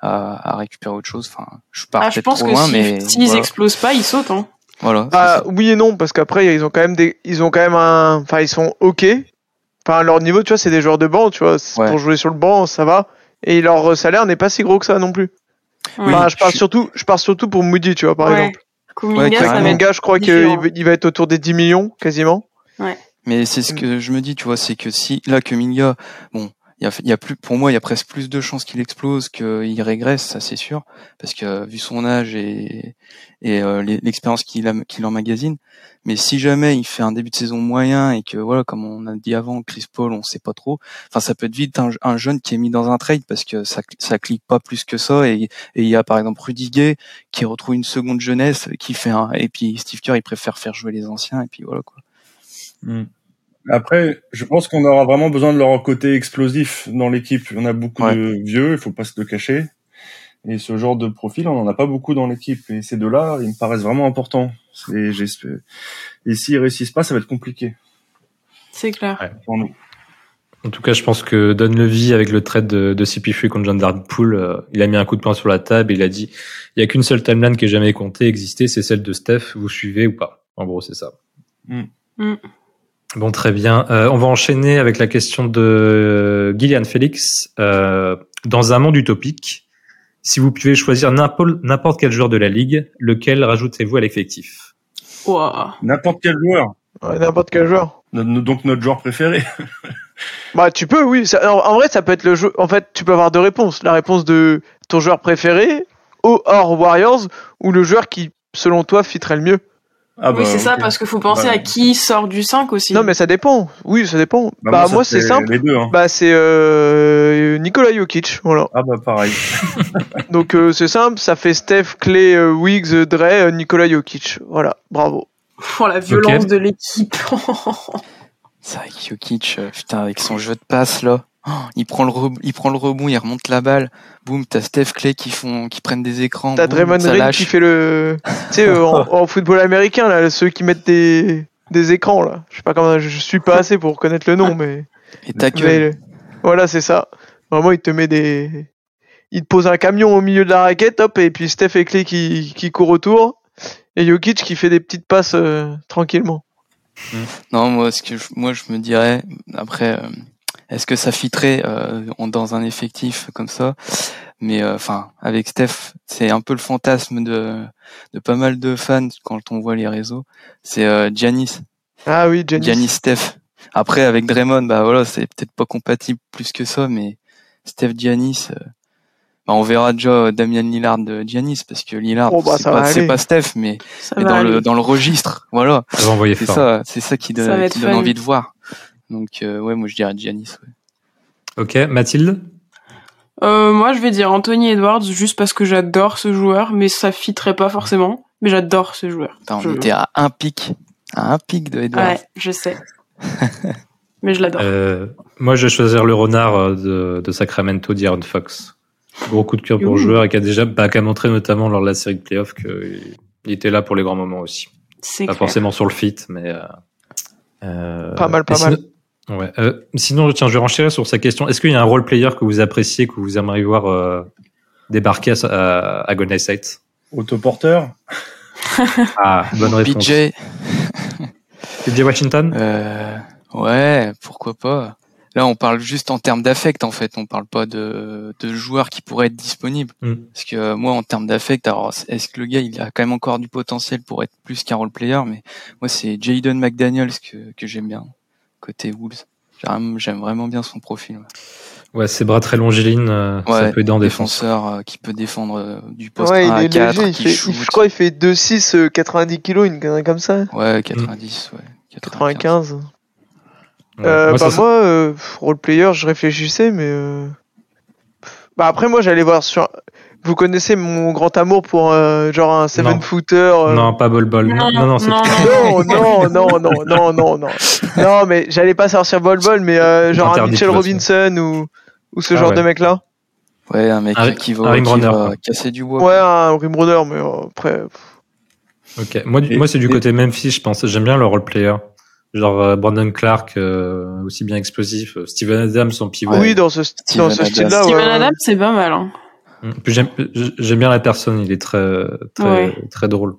[SPEAKER 7] à, à récupérer autre chose. Enfin, je pars
[SPEAKER 6] Ah, je
[SPEAKER 7] peut-être
[SPEAKER 6] pense
[SPEAKER 7] trop
[SPEAKER 6] que
[SPEAKER 7] loin,
[SPEAKER 6] si-
[SPEAKER 7] mais
[SPEAKER 6] s'ils
[SPEAKER 7] voilà.
[SPEAKER 6] explosent pas, ils sautent. Hein.
[SPEAKER 7] Voilà, c'est
[SPEAKER 4] Bah,
[SPEAKER 7] ça.
[SPEAKER 4] oui et non, parce qu'après, ils ont quand même des, ils ont quand même un, enfin, ils sont ok. Enfin, leur niveau, tu vois, c'est des joueurs de banc, tu vois. C'est-
[SPEAKER 7] Ouais.
[SPEAKER 4] Pour jouer sur le banc, ça va. Et leur euh, salaire n'est pas si gros que ça non plus.
[SPEAKER 6] Ouais.
[SPEAKER 4] Enfin, bah, je parle
[SPEAKER 7] je-
[SPEAKER 4] surtout, je parle surtout pour Moody, tu vois, par
[SPEAKER 6] Ouais.
[SPEAKER 4] exemple.
[SPEAKER 6] Kuminga, ça
[SPEAKER 7] Ouais,
[SPEAKER 6] va
[SPEAKER 7] carrément.
[SPEAKER 4] Mon
[SPEAKER 6] être...
[SPEAKER 4] gars, je crois qu'il
[SPEAKER 6] différent.
[SPEAKER 4] va- il va être autour des 10 millions, quasiment.
[SPEAKER 7] Mais c'est ce
[SPEAKER 4] Mm.
[SPEAKER 7] que je me dis, tu vois, c'est que si là que Minga, bon, il y a, il y a plus, pour moi, il y a presque plus de chances qu'il explose qu'il régresse, ça c'est sûr, parce que vu son âge et, et euh, l'e- l'expérience qu'il a, qu'il emmagasine. Mais si jamais il fait un début de saison moyen et que voilà, comme on a dit avant, Chris Paul, on sait pas trop. Enfin, ça peut être vite un, un jeune qui est mis dans un trade parce que ça, ça clique pas plus que ça. Et et il y a par exemple Rudy Gay qui retrouve une seconde jeunesse, qui fait un, et puis Steve Kerr, il préfère faire jouer les anciens et puis voilà quoi.
[SPEAKER 5] Après, je pense qu'on aura vraiment besoin de leur côté explosif dans l'équipe. On a beaucoup
[SPEAKER 7] Ouais.
[SPEAKER 5] de vieux, il faut pas se le cacher. Et ce genre de profil, on en a pas beaucoup dans l'équipe. Et ces deux-là, ils me paraissent vraiment importants. Et, j'espère- et s'ils réussissent pas, ça va être compliqué
[SPEAKER 6] C'est clair.
[SPEAKER 5] pour nous.
[SPEAKER 3] En tout cas, je pense que Don Levy, avec le trade de, de CP3 contre John Darpool, euh, il a mis un coup de poing sur la table et il a dit il n'y a qu'une seule timeline qui ait jamais compté, existé, c'est celle de Steph, vous suivez ou pas. En gros, c'est ça.
[SPEAKER 5] Mm.
[SPEAKER 6] Mm.
[SPEAKER 3] Bon, très bien. Euh, on va enchaîner avec la question de euh, Gillian Félix. Euh, dans un monde utopique, si vous pouviez choisir n'importe n'importe quel joueur de la ligue, lequel rajoutez-vous à l'effectif
[SPEAKER 6] Ouah.
[SPEAKER 5] N'importe quel joueur.
[SPEAKER 4] Ouais, N'importe quel joueur.
[SPEAKER 5] No- no- donc notre joueur préféré.
[SPEAKER 4] Bah tu peux oui, Ça- en, en vrai ça peut être le jeu. En fait tu peux avoir deux réponses. La réponse de ton joueur préféré au hors Warriors ou le joueur qui selon toi fitterait le mieux.
[SPEAKER 5] Ah
[SPEAKER 7] bah,
[SPEAKER 6] oui, c'est ça,
[SPEAKER 5] ok.
[SPEAKER 6] parce qu'il faut penser
[SPEAKER 5] Bah,
[SPEAKER 6] à qui sort du 5 aussi.
[SPEAKER 4] Non mais ça dépend. Oui ça dépend.
[SPEAKER 5] bah,
[SPEAKER 4] Bah,
[SPEAKER 5] moi,
[SPEAKER 4] moi,
[SPEAKER 5] ça
[SPEAKER 4] c'est
[SPEAKER 5] fait
[SPEAKER 4] simple.
[SPEAKER 5] Les deux, hein.
[SPEAKER 4] Bah c'est euh, Nikola Jokic voilà.
[SPEAKER 5] Ah bah pareil.
[SPEAKER 4] Donc euh, c'est simple, ça fait Steph, Clay, euh, Wiggs, euh, Dre, euh, Nikola Jokic. Voilà bravo.
[SPEAKER 6] Pour Oh, la violence de l'équipe.
[SPEAKER 7] C'est vrai que Jokic, euh, putain, avec son jeu de passe là, oh, il prend le reb- il prend le rebond, il remonte la balle. Boum, t'as Steph Clay qui font, qui prennent des écrans.
[SPEAKER 4] T'as
[SPEAKER 7] boum,
[SPEAKER 4] Draymond
[SPEAKER 7] ça
[SPEAKER 4] Green
[SPEAKER 7] lâche.
[SPEAKER 4] qui fait le, tu sais euh, en, en football américain là ceux qui mettent des des écrans là. Je sais pas comment je suis pas assez pour connaître le nom mais.
[SPEAKER 7] Et t'as
[SPEAKER 4] Vous avez
[SPEAKER 7] que,
[SPEAKER 4] le- Voilà, c'est ça. Vraiment, il te met des. Il te pose un camion au milieu de la raquette, hop, et puis Steph et Clay qui, qui court autour. Et Jokic qui fait des petites passes euh, tranquillement.
[SPEAKER 7] non, moi, ce que je, moi, je me dirais, après, euh, est-ce que ça fitterait euh, en- dans un effectif comme ça? Mais, euh, enfin, avec Steph, c'est un peu le fantasme de, de pas mal de fans quand on voit les réseaux. C'est euh, Giannis.
[SPEAKER 4] Ah oui, Giannis.
[SPEAKER 7] Giannis Steph. Après, avec Draymond, bah voilà, c'est peut-être pas compatible plus que ça, mais Steph Giannis, euh, bah, on verra déjà euh, Damian Lillard de Giannis, parce que Lillard,
[SPEAKER 4] Oh, bah,
[SPEAKER 7] c'est
[SPEAKER 4] ça
[SPEAKER 7] pas,
[SPEAKER 4] va
[SPEAKER 7] c'est
[SPEAKER 4] aller.
[SPEAKER 7] pas Steph, mais,
[SPEAKER 6] ça
[SPEAKER 7] mais
[SPEAKER 6] va
[SPEAKER 7] dans,
[SPEAKER 6] aller.
[SPEAKER 7] le, dans le registre, voilà.
[SPEAKER 3] Ça va envoyer
[SPEAKER 7] C'est
[SPEAKER 3] fort.
[SPEAKER 7] ça, c'est ça qui
[SPEAKER 6] Ça va
[SPEAKER 7] donne,
[SPEAKER 6] être
[SPEAKER 7] qui donne
[SPEAKER 6] fun.
[SPEAKER 7] envie de voir. Donc, euh, ouais, moi je dirais Giannis. ouais.
[SPEAKER 3] Ok, Mathilde
[SPEAKER 6] Euh, moi, je vais dire Anthony Edwards juste parce que j'adore ce joueur, mais ça fitterait pas forcément. Mais j'adore ce joueur.
[SPEAKER 7] Putain, on
[SPEAKER 6] Je-
[SPEAKER 7] était à un pic, à un pic de Edwards.
[SPEAKER 6] Ouais, je sais. mais je l'adore.
[SPEAKER 3] Euh, moi, je vais choisir le renard euh, de, de Sacramento d'Aaron Fox. Gros coup de cœur pour
[SPEAKER 6] Ouh.
[SPEAKER 3] le joueur et qui a déjà bah, qui a montré notamment lors de la série de playoffs qu'il il était là pour les grands moments aussi.
[SPEAKER 6] C'est
[SPEAKER 3] Pas
[SPEAKER 6] clair.
[SPEAKER 3] forcément sur le fit, mais. euh, euh,
[SPEAKER 4] Pas mal, pas
[SPEAKER 3] et sinon- Ouais. euh, sinon, tiens, je vais renchérir sur sa question. Est-ce qu'il y a un role player que vous appréciez, que vous aimeriez voir euh, débarquer à, à, à Golden State
[SPEAKER 5] Autoporteur.
[SPEAKER 3] Ah, bonne réponse.
[SPEAKER 7] BJ,
[SPEAKER 3] PJ Washington
[SPEAKER 7] Euh, ouais, pourquoi pas. Là, on parle juste en termes d'affect, en fait. On parle pas de, de joueurs qui pourraient être disponibles.
[SPEAKER 3] Mm.
[SPEAKER 7] Parce que euh, moi, en termes d'affect, alors, est-ce que le gars, il a quand même encore du potentiel pour être plus qu'un role player Mais moi, c'est Jaden McDaniels que, que j'aime bien, côté Wolves. J'aime j'aime vraiment bien son profil. ouais.
[SPEAKER 3] Ouais, ses bras très longilignes, euh, ça
[SPEAKER 7] Ouais,
[SPEAKER 3] peut aider en défense.
[SPEAKER 7] Défenseur euh, qui peut défendre euh, du poste
[SPEAKER 4] Ouais,
[SPEAKER 7] 1
[SPEAKER 4] il
[SPEAKER 7] à
[SPEAKER 4] est
[SPEAKER 7] 4,
[SPEAKER 4] léger. Il
[SPEAKER 7] qui
[SPEAKER 4] fait,
[SPEAKER 7] shoot.
[SPEAKER 4] il- je crois qu'il fait 2,6, euh, 90 kilos, une connerie comme ça.
[SPEAKER 7] Ouais, 90, ouais. 95.
[SPEAKER 4] 95.
[SPEAKER 3] Ouais.
[SPEAKER 4] Euh,
[SPEAKER 3] Moi,
[SPEAKER 4] bah,
[SPEAKER 3] ça-
[SPEAKER 4] moi, euh, pff, role player, je réfléchissais, mais. euh, Bah, après, moi, j'allais voir sur. Vous connaissez mon grand amour pour euh, genre un seven
[SPEAKER 3] Non.
[SPEAKER 4] footer. euh,
[SPEAKER 3] Non, pas Bol Bol. Non, non, non, c'est
[SPEAKER 4] Non, non, non, non, non, non, non. Non, mais j'allais pas sortir Bol Bol, mais euh, genre un
[SPEAKER 3] Interdit,
[SPEAKER 4] Mitchell
[SPEAKER 3] de toute
[SPEAKER 4] Robinson ou, ou ce
[SPEAKER 3] Ah
[SPEAKER 4] genre
[SPEAKER 3] ouais.
[SPEAKER 4] de mec-là.
[SPEAKER 7] Ouais, un mec
[SPEAKER 3] Un-
[SPEAKER 7] qui
[SPEAKER 3] un
[SPEAKER 7] va,
[SPEAKER 3] ring
[SPEAKER 7] qui
[SPEAKER 3] runner,
[SPEAKER 7] va
[SPEAKER 3] quoi.
[SPEAKER 7] casser du bois.
[SPEAKER 4] Ouais, un Rim Runner, mais euh, après.
[SPEAKER 3] Ok. Moi, du-
[SPEAKER 5] Et-
[SPEAKER 3] moi c'est du
[SPEAKER 5] et-
[SPEAKER 3] côté Memphis, je pense. J'aime bien le role player. Genre euh, Brandon Clark, euh, aussi bien explosif. euh, Steven Adams, son pivot.
[SPEAKER 4] Oui, dans ce,
[SPEAKER 7] Steven
[SPEAKER 4] dans ce
[SPEAKER 7] Adams.
[SPEAKER 4] style-là.
[SPEAKER 7] Ah
[SPEAKER 6] Steven
[SPEAKER 4] ouais.
[SPEAKER 6] Adams, c'est pas mal. Hein.
[SPEAKER 3] Mm. Puis j'aime- j'aime bien la personne. Il est très, très, très drôle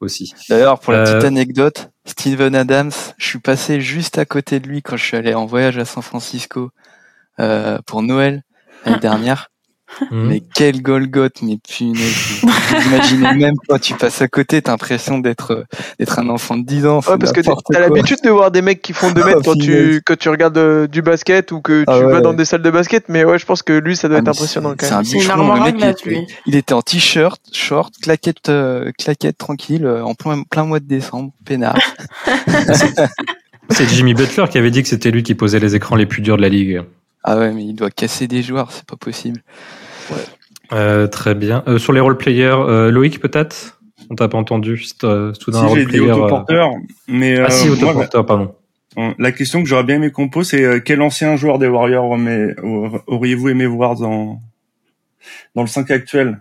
[SPEAKER 3] aussi.
[SPEAKER 7] D'ailleurs, pour la
[SPEAKER 3] Euh,
[SPEAKER 7] petite anecdote, Steven Adams, je suis passé juste à côté de lui quand je suis allé en voyage à San Francisco euh, pour Noël l'année dernière.
[SPEAKER 3] Mm.
[SPEAKER 7] Mais quel Golgoth, mais punaise. Vous imaginez même quand tu passes à côté, t'as l'impression d'être euh, d'être un enfant de 10 ans.
[SPEAKER 4] Ouais, parce que t'as
[SPEAKER 7] n'importe
[SPEAKER 4] t'as
[SPEAKER 7] quoi.
[SPEAKER 4] l'habitude de voir des mecs qui font 2 mètres quand
[SPEAKER 7] Finesse.
[SPEAKER 4] tu, quand tu regardes euh, du basket ou que tu
[SPEAKER 7] Ah ouais.
[SPEAKER 4] vas dans des salles de basket, mais ouais, je pense que lui, ça doit
[SPEAKER 7] Ah,
[SPEAKER 4] être
[SPEAKER 7] mais
[SPEAKER 4] impressionnant quand
[SPEAKER 7] c'est
[SPEAKER 4] même.
[SPEAKER 7] un
[SPEAKER 6] C'est une
[SPEAKER 7] bichon, le
[SPEAKER 6] armoire à
[SPEAKER 7] mec, il
[SPEAKER 6] glace,
[SPEAKER 7] était-
[SPEAKER 6] lui.
[SPEAKER 7] Il était en t-shirt, short, claquette, euh, claquette tranquille, euh, en plein, plein mois de décembre, peinard.
[SPEAKER 3] C'est Jimmy Butler qui avait dit que c'était lui qui posait les écrans les plus durs de la ligue.
[SPEAKER 7] Ah ouais, mais il doit casser des joueurs, c'est pas possible.
[SPEAKER 3] Euh, très bien. Euh, sur les role players, euh, Loïc peut-être On t'a pas entendu. C'est euh, tout
[SPEAKER 5] Si
[SPEAKER 3] d'un role
[SPEAKER 5] j'ai dit
[SPEAKER 3] player. euh,
[SPEAKER 5] autoporteur, mais euh,
[SPEAKER 3] Ah si,
[SPEAKER 5] moi,
[SPEAKER 3] autoporteur, pardon.
[SPEAKER 5] Euh, La question que j'aurais bien aimé qu'on pose, c'est euh, quel ancien joueur des Warriors aimé- aur- auriez-vous aimé voir dans dans le 5 actuel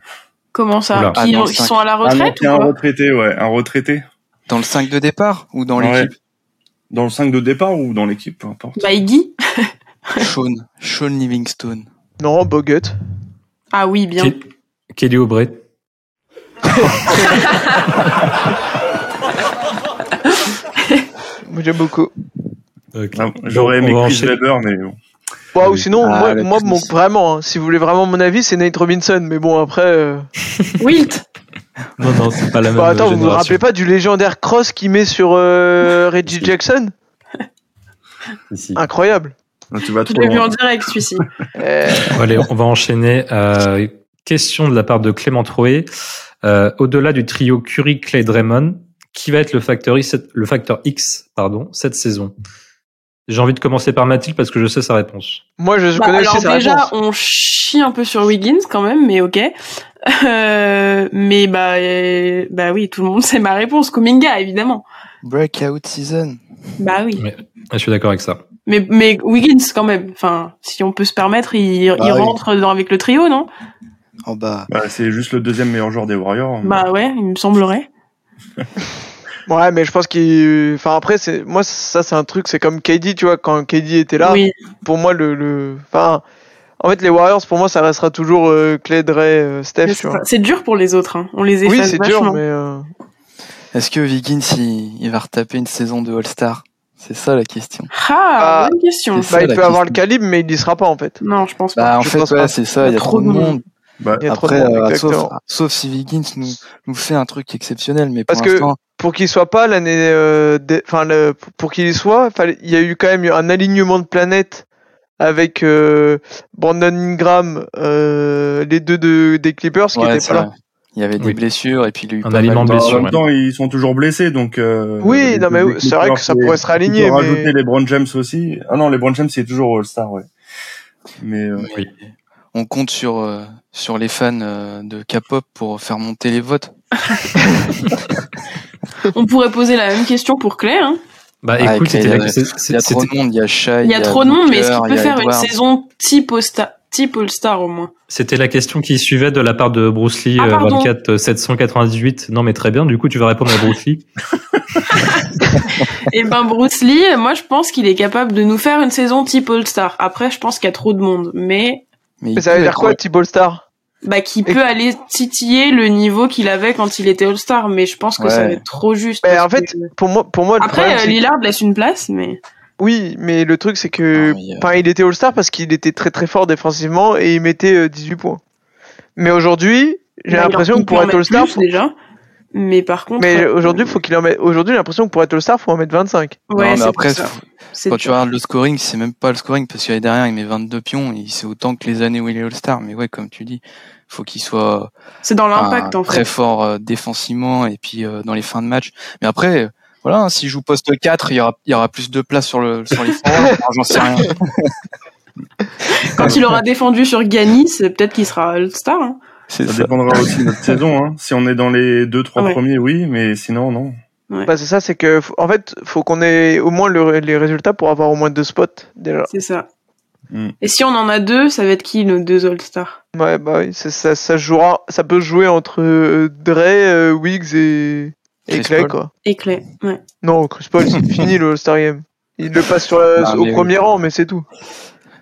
[SPEAKER 6] Comment ça
[SPEAKER 3] Oula.
[SPEAKER 7] Ah,
[SPEAKER 6] Qui
[SPEAKER 7] dans le
[SPEAKER 6] qui
[SPEAKER 7] cinq. Ah,
[SPEAKER 6] sont à la retraite
[SPEAKER 5] un,
[SPEAKER 6] ou
[SPEAKER 5] ancien
[SPEAKER 6] quoi
[SPEAKER 5] retraité, ouais, un retraité.
[SPEAKER 7] Dans le 5 de départ ou dans
[SPEAKER 5] Ouais.
[SPEAKER 7] l'équipe
[SPEAKER 5] Dans le 5 de départ ou dans l'équipe, peu importe.
[SPEAKER 6] Bah, Iggy
[SPEAKER 7] Sean, Sean Livingstone.
[SPEAKER 4] Non, Bogut.
[SPEAKER 6] Ah oui, bien.
[SPEAKER 3] Ke- Kelly Oubre.
[SPEAKER 4] Moi, J'aime beaucoup.
[SPEAKER 3] Ok.
[SPEAKER 5] Ah, J'aurais
[SPEAKER 3] On
[SPEAKER 5] aimé
[SPEAKER 3] va
[SPEAKER 5] Chris
[SPEAKER 3] enchaîner.
[SPEAKER 5] Weber, mais bon.
[SPEAKER 4] Bon,
[SPEAKER 7] Ah
[SPEAKER 4] ou
[SPEAKER 7] oui.
[SPEAKER 4] sinon,
[SPEAKER 7] Ah,
[SPEAKER 4] moi,
[SPEAKER 7] la
[SPEAKER 4] moi mon,
[SPEAKER 7] Christmas.
[SPEAKER 4] vraiment, hein, si vous voulez vraiment mon avis, c'est Nate Robinson. Mais bon, après. euh,
[SPEAKER 6] Wilt
[SPEAKER 3] Non, non, c'est pas la même
[SPEAKER 4] Bah, attends,
[SPEAKER 3] euh,
[SPEAKER 4] vous vous
[SPEAKER 3] génération.
[SPEAKER 4] rappelez pas du légendaire cross qu'il met sur euh, Reggie Jackson
[SPEAKER 3] Ici.
[SPEAKER 4] Incroyable.
[SPEAKER 5] Ah, Tu vas
[SPEAKER 6] Je
[SPEAKER 5] trop
[SPEAKER 6] l'ai vu
[SPEAKER 5] loin.
[SPEAKER 6] en direct, celui-ci.
[SPEAKER 4] Euh,
[SPEAKER 3] Bon, allez, on va enchaîner. Euh, question de la part de Clément Troé. Euh, Au-delà du trio Curry, Clay, Draymond, qui va être le facteur, I- cette- le facteur X pardon, cette saison J'ai envie de commencer par Mathilde parce que je sais sa réponse.
[SPEAKER 4] moi, je
[SPEAKER 6] Bah,
[SPEAKER 4] connais
[SPEAKER 6] alors
[SPEAKER 4] aussi sa
[SPEAKER 6] déjà,
[SPEAKER 4] réponse.
[SPEAKER 6] on chie un peu sur Wiggins quand même, mais ok. Euh, mais bah, euh, bah oui, tout le monde sait ma réponse. Kuminga, évidemment.
[SPEAKER 7] Breakout season.
[SPEAKER 6] Bah oui.
[SPEAKER 3] Ah, Je suis d'accord avec ça.
[SPEAKER 6] Mais, mais Wiggins quand même. Enfin, si on peut se permettre, il, il
[SPEAKER 7] Bah oui.
[SPEAKER 6] rentre dans, avec le trio, non
[SPEAKER 7] En bas.
[SPEAKER 5] Bah, c'est juste le deuxième meilleur joueur des
[SPEAKER 3] Mm.
[SPEAKER 5] Warriors.
[SPEAKER 6] Bah ouais, il me semblerait.
[SPEAKER 4] Ouais, mais je pense qu'il. Enfin, après, c'est moi, ça, c'est un truc. C'est comme KD, tu vois, quand KD était là.
[SPEAKER 6] oui.
[SPEAKER 4] Pour moi, le. le... Enfin, en fait, les Warriors, pour moi, ça restera toujours euh, Clay, Dre, euh, Steph, tu vois.
[SPEAKER 6] C'est dur pour les autres. Hein. On les
[SPEAKER 4] Oui,
[SPEAKER 6] efface
[SPEAKER 4] c'est
[SPEAKER 6] vachement.
[SPEAKER 4] dur, mais. euh,
[SPEAKER 7] Est-ce que Wiggins, il, il va retaper une saison de All-Star C'est ça la question.
[SPEAKER 6] Ah,
[SPEAKER 4] Ah,
[SPEAKER 6] bonne question.
[SPEAKER 7] c'est ça.
[SPEAKER 4] Bah, il
[SPEAKER 7] la
[SPEAKER 4] peut avoir le
[SPEAKER 7] question.
[SPEAKER 4] calibre, mais il n'y sera pas, en fait.
[SPEAKER 6] Non, je pense pas.
[SPEAKER 7] Bah, en
[SPEAKER 4] Je
[SPEAKER 7] fait,
[SPEAKER 4] pense pas.
[SPEAKER 7] ouais, c'est ça, il y a trop de monde.
[SPEAKER 5] Bah,
[SPEAKER 4] Il y a trop de
[SPEAKER 7] Après,
[SPEAKER 4] monde,
[SPEAKER 7] euh,
[SPEAKER 4] exactement.
[SPEAKER 7] sauf, sauf si Wiggins nous, nous fait un truc exceptionnel, mais
[SPEAKER 4] Parce
[SPEAKER 7] pour
[SPEAKER 4] que-
[SPEAKER 7] l'instant,
[SPEAKER 4] pour qu'il soit pas l'année euh, des- enfin le- pour qu'il y soit fallait- il y a eu quand même un alignement de planètes avec euh, Brandon Ingram euh, les deux de, des Clippers qui
[SPEAKER 7] ouais,
[SPEAKER 4] étaient
[SPEAKER 7] c'est
[SPEAKER 4] pas là
[SPEAKER 7] vrai. il y avait des
[SPEAKER 3] Oui.
[SPEAKER 7] blessures et puis il y a eu
[SPEAKER 3] Un
[SPEAKER 7] pas mal
[SPEAKER 3] aliment
[SPEAKER 7] de-
[SPEAKER 5] bah,
[SPEAKER 3] blessure,
[SPEAKER 5] en
[SPEAKER 3] ouais.
[SPEAKER 5] même temps, ils sont toujours blessés, donc. euh,
[SPEAKER 4] Oui,
[SPEAKER 5] les-
[SPEAKER 4] non, mais
[SPEAKER 5] les
[SPEAKER 4] c'est vrai que ça pourrait se
[SPEAKER 5] Tu
[SPEAKER 4] réaligner,
[SPEAKER 5] peux
[SPEAKER 4] mais-
[SPEAKER 5] rajouter les Brown James aussi. Ah non, les Brown James, c'est toujours All-Star, ouais. Mais euh,
[SPEAKER 7] Mais On compte sur, euh, sur les fans euh, de K-pop pour faire monter les votes.
[SPEAKER 4] Bah.
[SPEAKER 6] On pourrait poser la même question pour Clay. Hein.
[SPEAKER 3] Bah
[SPEAKER 7] Ah,
[SPEAKER 3] écoute,
[SPEAKER 7] ok, il y
[SPEAKER 3] c'était-
[SPEAKER 7] a-
[SPEAKER 3] c'est-
[SPEAKER 7] Il y
[SPEAKER 3] c'est-
[SPEAKER 7] a trop
[SPEAKER 3] c'était
[SPEAKER 7] de monde, il y a Shai,
[SPEAKER 4] Bah,
[SPEAKER 6] Il y a trop de monde, mais est-ce qu'il
[SPEAKER 7] Booker,
[SPEAKER 6] peut
[SPEAKER 7] il y a
[SPEAKER 6] faire une
[SPEAKER 7] Edwards.
[SPEAKER 6] saison type All-Star type All-Star au moins
[SPEAKER 3] c'était la question qui suivait de la part de Bruce Lee
[SPEAKER 6] Ah,
[SPEAKER 3] euh,
[SPEAKER 6] pardon.
[SPEAKER 3] 24 euh, 798. Non mais très bien, du coup tu vas répondre à Bruce Lee.
[SPEAKER 6] Et ben Bruce Lee, moi je pense qu'il est capable de nous faire une saison type All-Star. Après, je pense qu'il y a trop de monde, mais
[SPEAKER 7] Mais
[SPEAKER 4] mais
[SPEAKER 7] il
[SPEAKER 4] ça veut
[SPEAKER 7] peut
[SPEAKER 4] dire
[SPEAKER 7] être-
[SPEAKER 4] quoi T-Ball Star
[SPEAKER 6] bah qui
[SPEAKER 4] Et-
[SPEAKER 6] peut aller titiller le niveau qu'il avait quand il était All-Star. Mais je pense que ça
[SPEAKER 7] Ouais.
[SPEAKER 6] va être trop juste.
[SPEAKER 4] Mais
[SPEAKER 6] parce
[SPEAKER 4] en fait,
[SPEAKER 6] que-
[SPEAKER 4] pour moi pour moi le
[SPEAKER 6] après
[SPEAKER 4] problème,
[SPEAKER 6] euh,
[SPEAKER 4] c'est-
[SPEAKER 6] Lillard laisse une place, mais
[SPEAKER 4] oui mais le truc c'est que
[SPEAKER 7] Non, mais, euh,
[SPEAKER 4] enfin, il était All-Star parce qu'il était très très fort défensivement et il mettait euh, 18 points mais aujourd'hui j'ai
[SPEAKER 6] Bah, il en-
[SPEAKER 4] l'impression
[SPEAKER 6] il
[SPEAKER 4] que
[SPEAKER 6] peut
[SPEAKER 4] pour
[SPEAKER 6] en
[SPEAKER 4] être
[SPEAKER 6] mettre
[SPEAKER 4] All-Star
[SPEAKER 6] plus,
[SPEAKER 4] faut-
[SPEAKER 6] déjà. Mais par contre,
[SPEAKER 4] mais
[SPEAKER 6] euh,
[SPEAKER 4] aujourd'hui faut qu'il en mette aujourd'hui j'ai l'impression que pour être All-Star faut en mettre 25
[SPEAKER 7] non,
[SPEAKER 6] ouais,
[SPEAKER 7] mais
[SPEAKER 6] c'est
[SPEAKER 7] après,
[SPEAKER 6] pour ça.
[SPEAKER 7] faut-
[SPEAKER 6] C'est
[SPEAKER 7] quand tu regardes le scoring, c'est même pas le scoring parce qu'il derrière, il met 22 pions et c'est autant que les années où il est All-Star. Mais ouais, comme tu dis, faut qu'il soit
[SPEAKER 6] c'est dans
[SPEAKER 7] un-
[SPEAKER 6] l'impact en
[SPEAKER 7] très
[SPEAKER 6] fait.
[SPEAKER 7] fort euh, défensivement et puis euh, dans les fins de match. Mais après, euh, voilà, hein, s'il joue poste 4, il y aura, il y aura plus de place sur, le, sur les forwards. Alors, J'en sais rien.
[SPEAKER 6] Quand il aura défendu sur Giannis, peut-être qu'il sera All-Star. hein.
[SPEAKER 7] C'est
[SPEAKER 5] Ça
[SPEAKER 7] ça.
[SPEAKER 5] dépendra aussi de notre saison. Hein. Si on est dans les deux, trois
[SPEAKER 6] Ouais.
[SPEAKER 5] premiers, oui, mais sinon, non.
[SPEAKER 4] Bah, c'est ça, c'est que, f- en fait, faut qu'on ait au moins le- les résultats pour avoir au moins deux spots déjà.
[SPEAKER 6] C'est ça.
[SPEAKER 5] Mm.
[SPEAKER 6] Et si on en a deux, ça va être qui nos deux All-Stars
[SPEAKER 4] Ouais, bah oui, c'est- ça, ça, jouera, ça peut jouer entre euh, Dre, euh, Wiggs et, et
[SPEAKER 7] Chris
[SPEAKER 4] Clay,
[SPEAKER 7] Paul.
[SPEAKER 4] quoi.
[SPEAKER 6] Et Clay, ouais.
[SPEAKER 4] Non, Chris Paul, c'est fini le All-Star Game. Il le passe sur la-
[SPEAKER 7] Bah,
[SPEAKER 4] au
[SPEAKER 7] mais
[SPEAKER 4] premier
[SPEAKER 7] oui.
[SPEAKER 4] rang, mais c'est tout.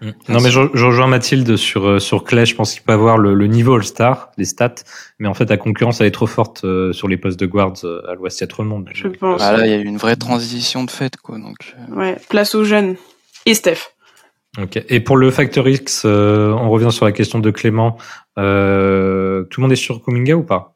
[SPEAKER 7] Mm.
[SPEAKER 3] Non, mais je, je rejoins Mathilde sur, euh, sur Clay. Je pense qu'il peut avoir le, le niveau All-Star, les stats. Mais en fait, la concurrence, elle est trop forte euh, sur les postes de guards euh, à l'Ouest. Il y a trop de monde.
[SPEAKER 6] Je pense.
[SPEAKER 7] Ah là, il y a eu une vraie transition de fait, quoi. Donc, euh,
[SPEAKER 6] Ouais, place aux jeunes. Et Steph.
[SPEAKER 3] Ok. Et pour le Factor X, euh, on revient sur la question de Clément. Euh, tout le monde est sur Kuminga ou pas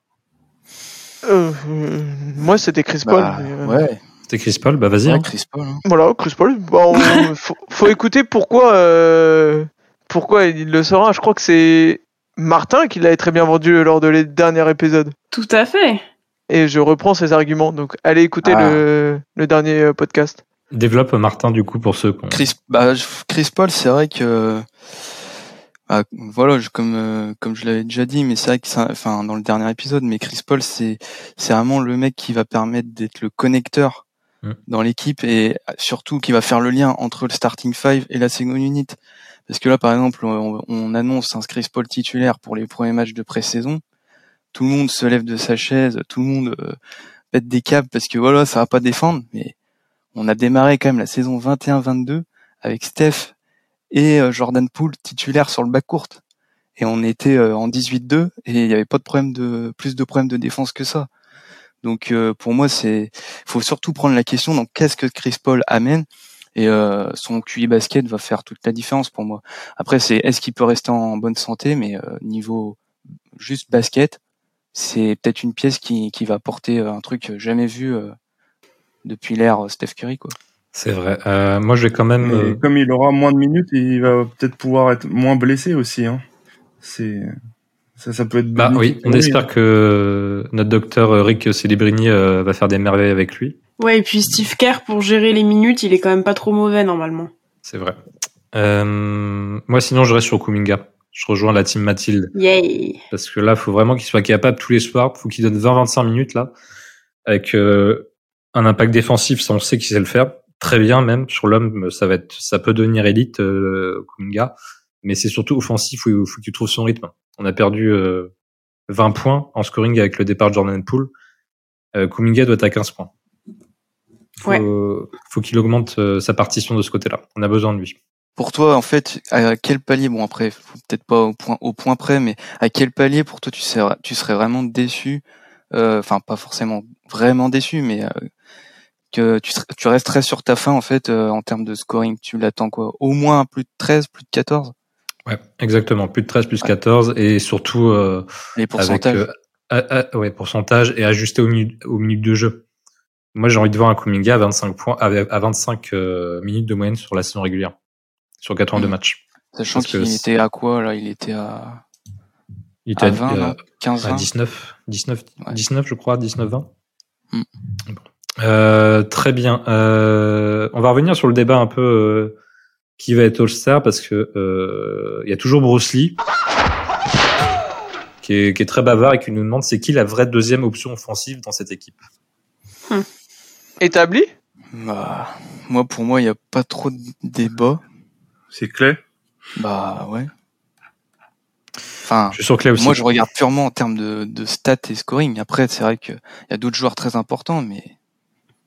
[SPEAKER 4] Euh, euh, moi, c'était Chris Paul.
[SPEAKER 7] bah,
[SPEAKER 4] mais, euh,
[SPEAKER 7] ouais,
[SPEAKER 3] C'était Chris Paul Bah vas-y.
[SPEAKER 7] ouais,
[SPEAKER 3] hein.
[SPEAKER 7] Chris Paul. hein.
[SPEAKER 4] Voilà, Chris Paul. Bah, on- faut, faut écouter pourquoi, euh, pourquoi il le sera. Je crois que c'est Martin qui l'avait très bien vendu lors de les derniers épisodes.
[SPEAKER 6] Tout à fait.
[SPEAKER 4] Et je reprends ses arguments. Donc, allez écouter
[SPEAKER 7] Ah.
[SPEAKER 4] le, le dernier euh, podcast.
[SPEAKER 3] Développe Martin du coup pour ceux qu'on.
[SPEAKER 7] Chris, bah, je- Chris Paul, c'est vrai que, bah, voilà, je- comme euh, comme je l'avais déjà dit, mais c'est vrai que, ça- enfin, dans le dernier épisode, mais Chris Paul, c'est c'est vraiment le mec qui va permettre d'être le connecteur
[SPEAKER 3] Mm.
[SPEAKER 7] dans l'équipe et surtout qui va faire le lien entre le starting five et la second unit. Parce que là, par exemple, on, on annonce un Chris Paul titulaire pour les premiers matchs de pré-saison. Tout le monde se lève de sa chaise, tout le monde euh, pète des câbles parce que voilà, ça va pas défendre. Mais on a démarré quand même la saison 21-22 avec Steph et euh, Jordan Poole titulaire sur le bac courte. Et on était euh, en 18-2 et il n'y avait pas de problème de plus de problèmes de défense que ça. Donc euh, pour moi c'est faut surtout prendre la question donc qu'est-ce que Chris Paul amène et euh, son QI basket va faire toute la différence pour moi. Après c'est est-ce qu'il peut rester en bonne santé mais euh, niveau juste basket c'est peut-être une pièce qui, qui va porter euh, un truc jamais vu euh, depuis l'ère euh, Steph Curry quoi.
[SPEAKER 3] C'est vrai. Euh, moi, je vais quand même.
[SPEAKER 5] Mais
[SPEAKER 3] euh,
[SPEAKER 5] comme il aura moins de minutes, il va peut-être pouvoir être moins blessé aussi. Hein. C'est ça, ça peut être.
[SPEAKER 3] Bah oui, on
[SPEAKER 5] bénéfique pour lui,
[SPEAKER 3] espère que notre docteur euh, Rick Celebrini euh, va faire des merveilles avec lui.
[SPEAKER 6] Ouais, et puis Steve Kerr, pour gérer les minutes, il est quand même pas trop mauvais normalement.
[SPEAKER 3] C'est vrai. Euh, moi, sinon, je reste sur Kuminga. Je rejoins la team Mathilde.
[SPEAKER 6] Yay
[SPEAKER 3] Parce que là, faut vraiment qu'il soit capable tous les soirs. Faut qu'il donne 20-25 minutes, là. Avec euh, un impact défensif, ça, on sait qu'il sait le faire. Très bien, même. Sur l'homme, ça va être, ça peut devenir élite, euh, Kuminga. Mais c'est surtout offensif où il faut qu'il trouve son rythme. On a perdu euh, 20 points en scoring avec le départ de Jordan Poole. Euh, Kuminga doit être à 15 points. Faut,
[SPEAKER 6] Ouais.
[SPEAKER 3] faut qu'il augmente euh, sa partition de ce côté-là. On a besoin de lui.
[SPEAKER 7] Pour toi, en fait, à quel palier, bon après, faut peut-être pas au point, au point près, mais à quel palier pour toi tu serais, tu serais vraiment déçu, euh, enfin pas forcément vraiment déçu, mais euh, que tu, serais- tu resterais sur ta fin en fait euh, en termes de scoring, tu l'attends quoi Au moins plus de 13, plus de 14
[SPEAKER 3] Ouais, exactement. Plus de 13, plus
[SPEAKER 7] Ouais.
[SPEAKER 3] 14 et surtout euh,
[SPEAKER 7] les
[SPEAKER 3] avec
[SPEAKER 7] pourcentages.
[SPEAKER 3] euh, a- a- ouais, pourcentage et ajusté au minute, aux minutes de jeu. Moi, j'ai envie de voir un Kuminga à 25 points, à, à 25 euh, minutes de moyenne sur la saison régulière, sur 82
[SPEAKER 7] Mhm.
[SPEAKER 3] matchs.
[SPEAKER 7] Sachant
[SPEAKER 3] parce que
[SPEAKER 7] qu'il
[SPEAKER 3] c'est-
[SPEAKER 7] était à quoi là Il était à,
[SPEAKER 3] Il était
[SPEAKER 7] à
[SPEAKER 3] à,
[SPEAKER 7] 20,
[SPEAKER 3] euh,
[SPEAKER 7] non 15,
[SPEAKER 3] à
[SPEAKER 7] 20.
[SPEAKER 3] 19, 19,
[SPEAKER 7] Ouais.
[SPEAKER 3] 19, je crois, 19-20.
[SPEAKER 7] Mm.
[SPEAKER 3] Euh, très bien. Euh, on va revenir sur le débat un peu euh, qui va être All-Star parce que euh, il y a toujours Bruce Lee qui est, qui est très bavard et qui nous demande c'est qui la vraie deuxième option offensive dans cette équipe.
[SPEAKER 4] Établi
[SPEAKER 7] Bah, moi pour moi il n'y a pas trop de débat.
[SPEAKER 5] C'est Clay.
[SPEAKER 7] Bah ouais. Enfin.
[SPEAKER 3] Je suis sûr que là aussi.
[SPEAKER 7] Moi, je regarde purement en termes de, de stats et scoring. Après, c'est vrai qu'il y a d'autres joueurs très importants, mais. c'est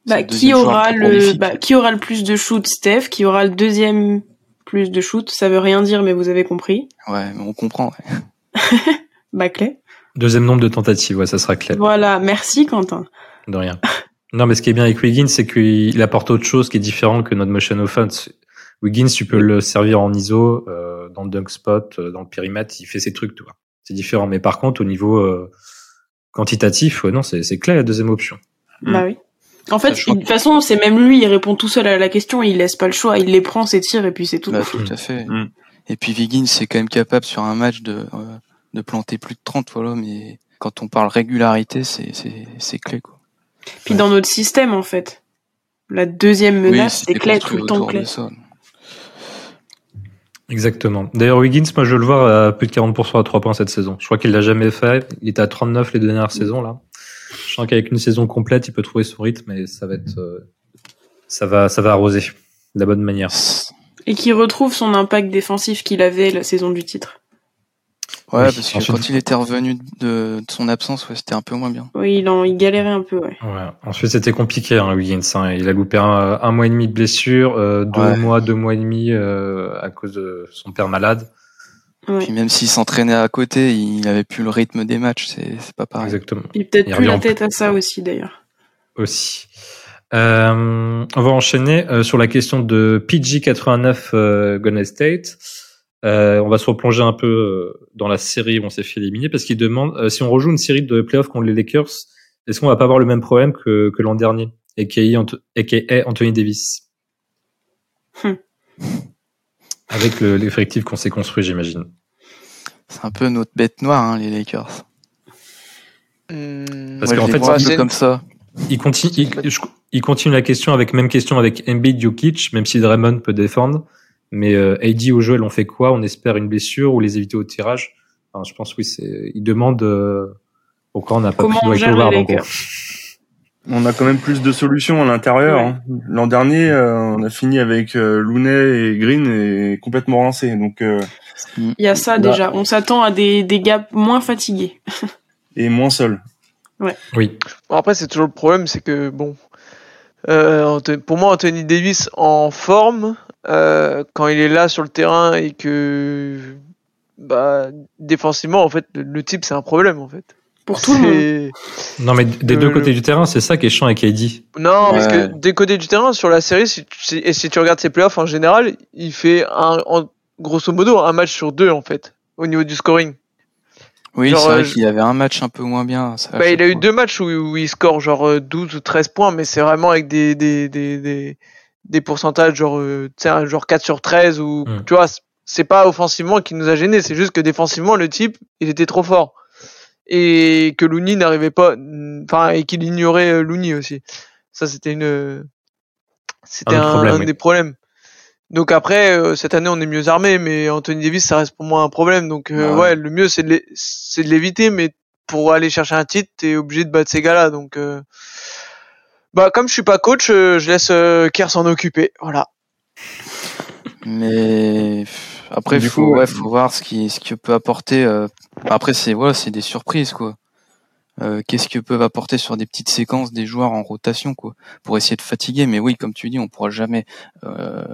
[SPEAKER 6] Bah,
[SPEAKER 7] le
[SPEAKER 6] qui
[SPEAKER 7] deuxième joueur
[SPEAKER 6] aura
[SPEAKER 7] plus
[SPEAKER 6] le
[SPEAKER 7] prolifique.
[SPEAKER 6] bah, qui aura le plus de shoot Steph qui aura le deuxième plus de shoot ça veut rien dire mais vous avez compris
[SPEAKER 7] Ouais, mais on comprend. ouais.
[SPEAKER 6] bah Clay
[SPEAKER 3] Deuxième nombre de tentatives, ouais, ça sera clair.
[SPEAKER 6] voilà merci Quentin
[SPEAKER 3] De rien. Non, mais ce qui est bien avec Wiggins, c'est qu'il apporte autre chose qui est différent que notre motion offense. Wiggins, tu peux le servir en ISO, euh, dans le dunk spot, euh, dans le périmètre, il fait ses trucs, tu vois. C'est différent. Mais par contre, au niveau euh, quantitatif, ouais, non, c'est c'est clair la deuxième option.
[SPEAKER 5] Mm.
[SPEAKER 6] bah oui en fait
[SPEAKER 7] Sachant
[SPEAKER 6] il- de toute façon c'est même lui il répond tout seul à la question il laisse pas le choix il les prend ses tirs et puis c'est tout
[SPEAKER 7] Bah, tout à fait.
[SPEAKER 5] Mm.
[SPEAKER 7] Et puis, Viggins, c'est quand même capable sur un match de, euh, de planter plus de 30, voilà, mais quand on parle régularité, c'est, c'est, c'est clé, quoi.
[SPEAKER 6] puis dans notre système en fait la deuxième
[SPEAKER 7] Oui,
[SPEAKER 6] menace c'est Clay tout
[SPEAKER 7] construit
[SPEAKER 6] le temps
[SPEAKER 7] autour de
[SPEAKER 6] Clay
[SPEAKER 7] ça.
[SPEAKER 3] Exactement. D'ailleurs, Wiggins, moi, je veux le voir à plus de 40% à 3 points cette saison. Je crois qu'il l'a jamais fait. Il était à 39 les deux dernières saisons, là. Je sens qu'avec une saison complète, il peut trouver son rythme et ça va être, euh, ça va, ça va arroser de la bonne manière.
[SPEAKER 6] Et qui retrouve son impact défensif qu'il avait la saison du titre.
[SPEAKER 7] Ouais,
[SPEAKER 3] Oui,
[SPEAKER 7] parce que
[SPEAKER 3] ensuite-
[SPEAKER 7] quand il était revenu de, de son absence, ouais, c'était un peu moins bien.
[SPEAKER 6] Oui, il, en, il galérait un peu, ouais.
[SPEAKER 3] Ouais. Ensuite, c'était compliqué, hein, Wiggins. hein. Il a loupé un, un mois et demi de blessure, euh, deux
[SPEAKER 7] Ouais.
[SPEAKER 3] mois, deux mois et demi euh, à cause de son père malade.
[SPEAKER 6] ouais.
[SPEAKER 7] Puis même s'il s'entraînait à côté, il avait plus le rythme des matchs, c'est c'est pas pareil.
[SPEAKER 3] Exactement.
[SPEAKER 6] Il a peut-être
[SPEAKER 3] Il
[SPEAKER 6] plus la
[SPEAKER 3] revient en
[SPEAKER 6] tête à
[SPEAKER 3] plus.
[SPEAKER 6] ça aussi, d'ailleurs.
[SPEAKER 3] aussi. Euh, on va enchaîner euh, sur la question de PG89 euh, Golden State. Euh, on va se replonger un peu euh, dans la série où on s'est fait éliminer parce qu'il demande euh, si on rejoue une série de playoffs contre les Lakers, est-ce qu'on va pas avoir le même problème que, que l'an dernier AKA, Ant- AKA Anthony Davis.
[SPEAKER 6] Hmm.
[SPEAKER 3] Avec le- l'effectif qu'on s'est construit, j'imagine.
[SPEAKER 7] C'est un peu notre bête noire, hein, les Lakers.
[SPEAKER 4] Hmm,
[SPEAKER 3] Parce
[SPEAKER 7] Moi,
[SPEAKER 3] qu'en
[SPEAKER 7] je les
[SPEAKER 3] fait,
[SPEAKER 7] vois un
[SPEAKER 4] c'est
[SPEAKER 7] peu
[SPEAKER 4] une-
[SPEAKER 7] comme ça.
[SPEAKER 3] Il continue, il, je- il continue la question avec même question avec Embiid, Jokic, même si Draymond peut défendre. Mais euh, AD au jeu, elle on fait quoi On espère une blessure ou les éviter au tirage Enfin, Je pense oui, c'est. Il demande euh, pourquoi on n'a pas
[SPEAKER 6] Comment on
[SPEAKER 3] pris Dwight
[SPEAKER 6] gère
[SPEAKER 3] Howard
[SPEAKER 6] les
[SPEAKER 3] en gros.
[SPEAKER 6] Lakers
[SPEAKER 5] On a quand même plus de solutions à l'intérieur.
[SPEAKER 6] Ouais.
[SPEAKER 5] hein. L'an dernier, euh, on a fini avec euh, Looney et Green et complètement rincé. Donc euh,
[SPEAKER 7] Mm.
[SPEAKER 6] Il y a ça,
[SPEAKER 5] Ouais.
[SPEAKER 6] déjà. On s'attend à des, des gars moins fatigués.
[SPEAKER 5] et moins seul.
[SPEAKER 3] Oui,
[SPEAKER 4] Bon, après, c'est toujours le problème, c'est que, bon, euh, Anto- pour moi, Anthony Davis en forme, euh, quand il est là sur le terrain et que, bah, défensivement, en fait, le, le type, c'est un problème, en fait.
[SPEAKER 6] Pour tout le monde.
[SPEAKER 4] C'est-
[SPEAKER 3] non mais des
[SPEAKER 4] Euh,
[SPEAKER 3] deux
[SPEAKER 4] le-
[SPEAKER 3] côtés du terrain, c'est ça qui est chiant avec AD.
[SPEAKER 4] Non, parce
[SPEAKER 7] Ouais.
[SPEAKER 4] que des côtés du terrain, sur la série, si tu, si- et si tu regardes ses playoffs en général, il fait un, en- grosso modo un match sur deux, en fait, au niveau du scoring.
[SPEAKER 7] Oui,
[SPEAKER 4] Genre,
[SPEAKER 7] c'est vrai
[SPEAKER 4] euh, je-
[SPEAKER 7] qu'il avait un match un peu moins bien. ça, à
[SPEAKER 4] Bah,
[SPEAKER 7] chaque
[SPEAKER 4] il a eu
[SPEAKER 7] fois.
[SPEAKER 4] deux matchs où, où il score genre euh, 12 ou 13 points, mais c'est vraiment avec des, des, des, des, des pourcentages genre, euh, tu sais, un genre 4 sur 13 ou
[SPEAKER 3] Mm.
[SPEAKER 4] tu vois, c'est- c'est pas offensivement qui nous a gênés, c'est juste que défensivement, le type, il était trop fort. Et que Looney n'arrivait pas, mm, enfin, et qu'il ignorait euh, Looney aussi. Ça, c'était une. euh, C'était
[SPEAKER 3] Un
[SPEAKER 4] un,
[SPEAKER 3] autre problème,
[SPEAKER 4] un
[SPEAKER 3] oui.
[SPEAKER 4] des problèmes. Donc après, euh, cette année, on est mieux armé, mais Anthony Davis, ça reste pour moi un problème. Donc euh,
[SPEAKER 7] Ouais.
[SPEAKER 4] ouais, le mieux, c'est de l'é- c'est de l'éviter, mais pour aller chercher un titre, t'es obligé de battre ces gars-là. Donc, euh, bah, comme je suis pas coach, euh, je laisse euh, Kerr s'en occuper. Voilà.
[SPEAKER 7] Mais pff, après,
[SPEAKER 5] Du
[SPEAKER 7] faut,
[SPEAKER 5] coup, ouais.
[SPEAKER 7] ouais, faut voir ce qui, ce que peut apporter. euh, Après, c'est voilà, c'est des surprises quoi. Euh, Qu'est-ce que peuvent apporter sur des petites séquences des joueurs en rotation quoi, pour essayer de fatiguer. Mais oui, comme tu dis, on pourra jamais euh,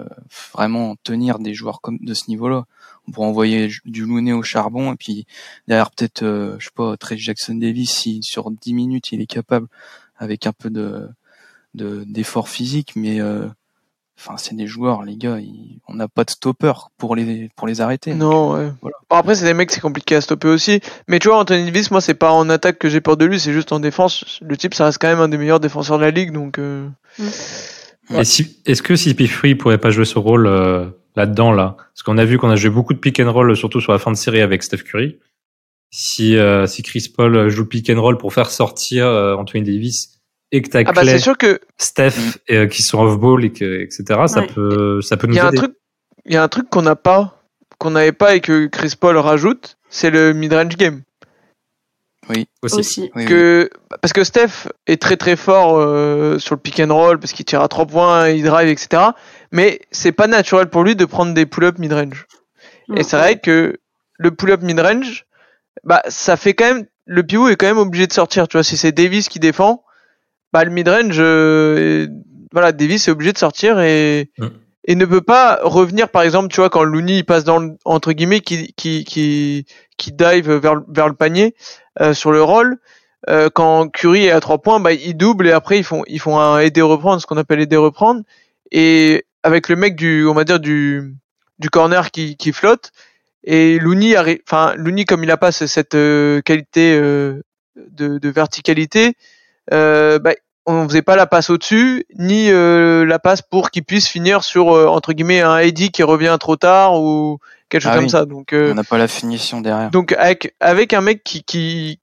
[SPEAKER 7] vraiment tenir des joueurs comme de ce niveau-là. On pourra envoyer ju- du Looney au charbon et puis derrière peut-être, euh, je sais pas, Trey Jackson Davis si sur 10 minutes il est capable avec un peu de de- d'effort physique, mais euh, Enfin, c'est des joueurs, les gars. ils- On n'a pas de stopper pour les pour les arrêter.
[SPEAKER 4] Non, ouais.
[SPEAKER 7] Voilà.
[SPEAKER 4] Bon, après, c'est des mecs, c'est compliqué à stopper aussi. Mais tu vois, Anthony Davis, moi, c'est pas en attaque que j'ai peur de lui, c'est juste en défense. Le type, ça reste quand même un des meilleurs défenseurs de la ligue, donc. euh,
[SPEAKER 3] Et si, est-ce que si Free pourrait pas jouer ce rôle euh, là-dedans là Parce qu'on a vu qu'on a joué beaucoup de pick and roll, surtout sur la fin de série avec Steph Curry. Si euh, si Chris Paul joue pick and roll pour faire sortir euh, Anthony Davis et que t'as
[SPEAKER 4] Ah bah,
[SPEAKER 3] Clay,
[SPEAKER 4] c'est sûr que
[SPEAKER 3] Steph
[SPEAKER 4] Mm.
[SPEAKER 3] et, euh, qui sont off ball et que, etc. Ça
[SPEAKER 6] Ouais.
[SPEAKER 3] peut ça peut nous
[SPEAKER 4] Il y a un
[SPEAKER 3] aider.
[SPEAKER 4] truc, il y a un truc qu'on n'a pas, qu'on n'avait pas et que Chris Paul rajoute, c'est le mid-range game.
[SPEAKER 3] aussi.
[SPEAKER 6] Aussi.
[SPEAKER 7] Oui, oui.
[SPEAKER 4] Que parce que Steph est très très fort euh, sur le pick and roll parce qu'il tire à trois points, il drive, etc. Mais c'est pas naturel pour lui de prendre des pull-up mid-range. Et c'est vrai que le pull-up mid-range, bah ça fait quand même, le pivot est quand même obligé de sortir. Tu vois, si c'est Davis qui défend, bah le mid-range, euh, voilà, Davis est obligé de sortir et
[SPEAKER 3] Mm.
[SPEAKER 4] et ne peut pas revenir par exemple tu vois quand Looney il passe dans le, entre guillemets qui qui qui qui dive vers le- vers le panier euh, sur le roll euh, quand Curry est à trois points bah il double et après ils font ils font un aider reprendre ce qu'on appelle aider reprendre et avec le mec du on va dire du du corner qui qui flotte et Looney arri- enfin Looney comme il a pas ce- cette euh, qualité euh, de, de verticalité euh, bah, on faisait pas la passe au-dessus, ni euh, la passe pour qu'il puisse finir sur euh, entre guillemets un Heidi qui revient trop tard ou quelque chose
[SPEAKER 7] Ah
[SPEAKER 4] comme
[SPEAKER 7] oui.
[SPEAKER 4] ça. Donc, euh,
[SPEAKER 7] On n'a pas la finition derrière.
[SPEAKER 4] donc avec avec un mec qui qui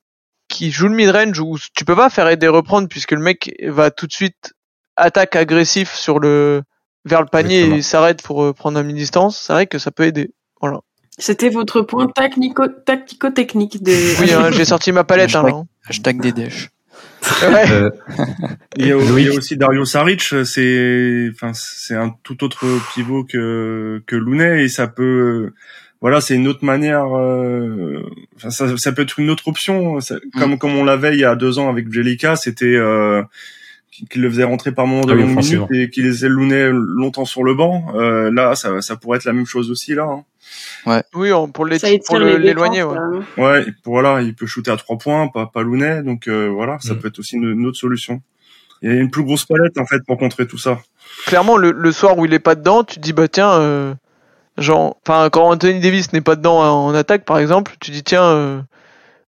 [SPEAKER 4] qui joue le mid range où tu peux pas faire aider reprendre puisque le mec va tout de suite attaque agressif sur le vers le panier
[SPEAKER 3] Exactement.
[SPEAKER 4] et il s'arrête pour euh, prendre à mi-distance. C'est vrai que ça peut aider.
[SPEAKER 6] C'était votre point tacnico- tactico-technique de.
[SPEAKER 4] Oui, hein, j'ai sorti ma palette. Hein, là.
[SPEAKER 7] Hashtag Dédèche.
[SPEAKER 4] Ouais.
[SPEAKER 3] Euh,
[SPEAKER 5] Il y a,
[SPEAKER 3] Loïc.
[SPEAKER 5] il y a aussi Dario Saric, euh, c'est enfin c'est un tout autre pivot que que Lounet et ça peut euh, voilà, c'est une autre manière euh, enfin, ça, ça peut être une autre option Ça- comme comme on l'avait il y a deux ans avec Jellica, c'était euh, qu'il qu'il le faisait rentrer par moment de
[SPEAKER 3] Ah oui,
[SPEAKER 5] longues
[SPEAKER 3] offensivement.
[SPEAKER 5] minutes et qu'il laissait Lounet longtemps sur le banc. Euh, là, ça, ça pourrait être la même chose aussi là. hein.
[SPEAKER 4] Oui, on- pour
[SPEAKER 6] Ça
[SPEAKER 4] l'éti-
[SPEAKER 6] étire
[SPEAKER 4] pour
[SPEAKER 6] les
[SPEAKER 4] le-
[SPEAKER 6] défenses,
[SPEAKER 4] l'éloigner. ouais.
[SPEAKER 6] euh.
[SPEAKER 5] Ouais, et voilà, il peut shooter à trois points, pas, pas Lounet, donc euh, voilà, ça
[SPEAKER 3] Mm.
[SPEAKER 5] peut être aussi une, une autre solution. Il y a une plus grosse palette en fait pour contrer tout ça.
[SPEAKER 4] Clairement, le, le soir où il est pas dedans, tu te dis bah tiens, euh, genre, enfin quand Anthony Davis n'est pas dedans en, en attaque par exemple, tu te dis tiens, euh,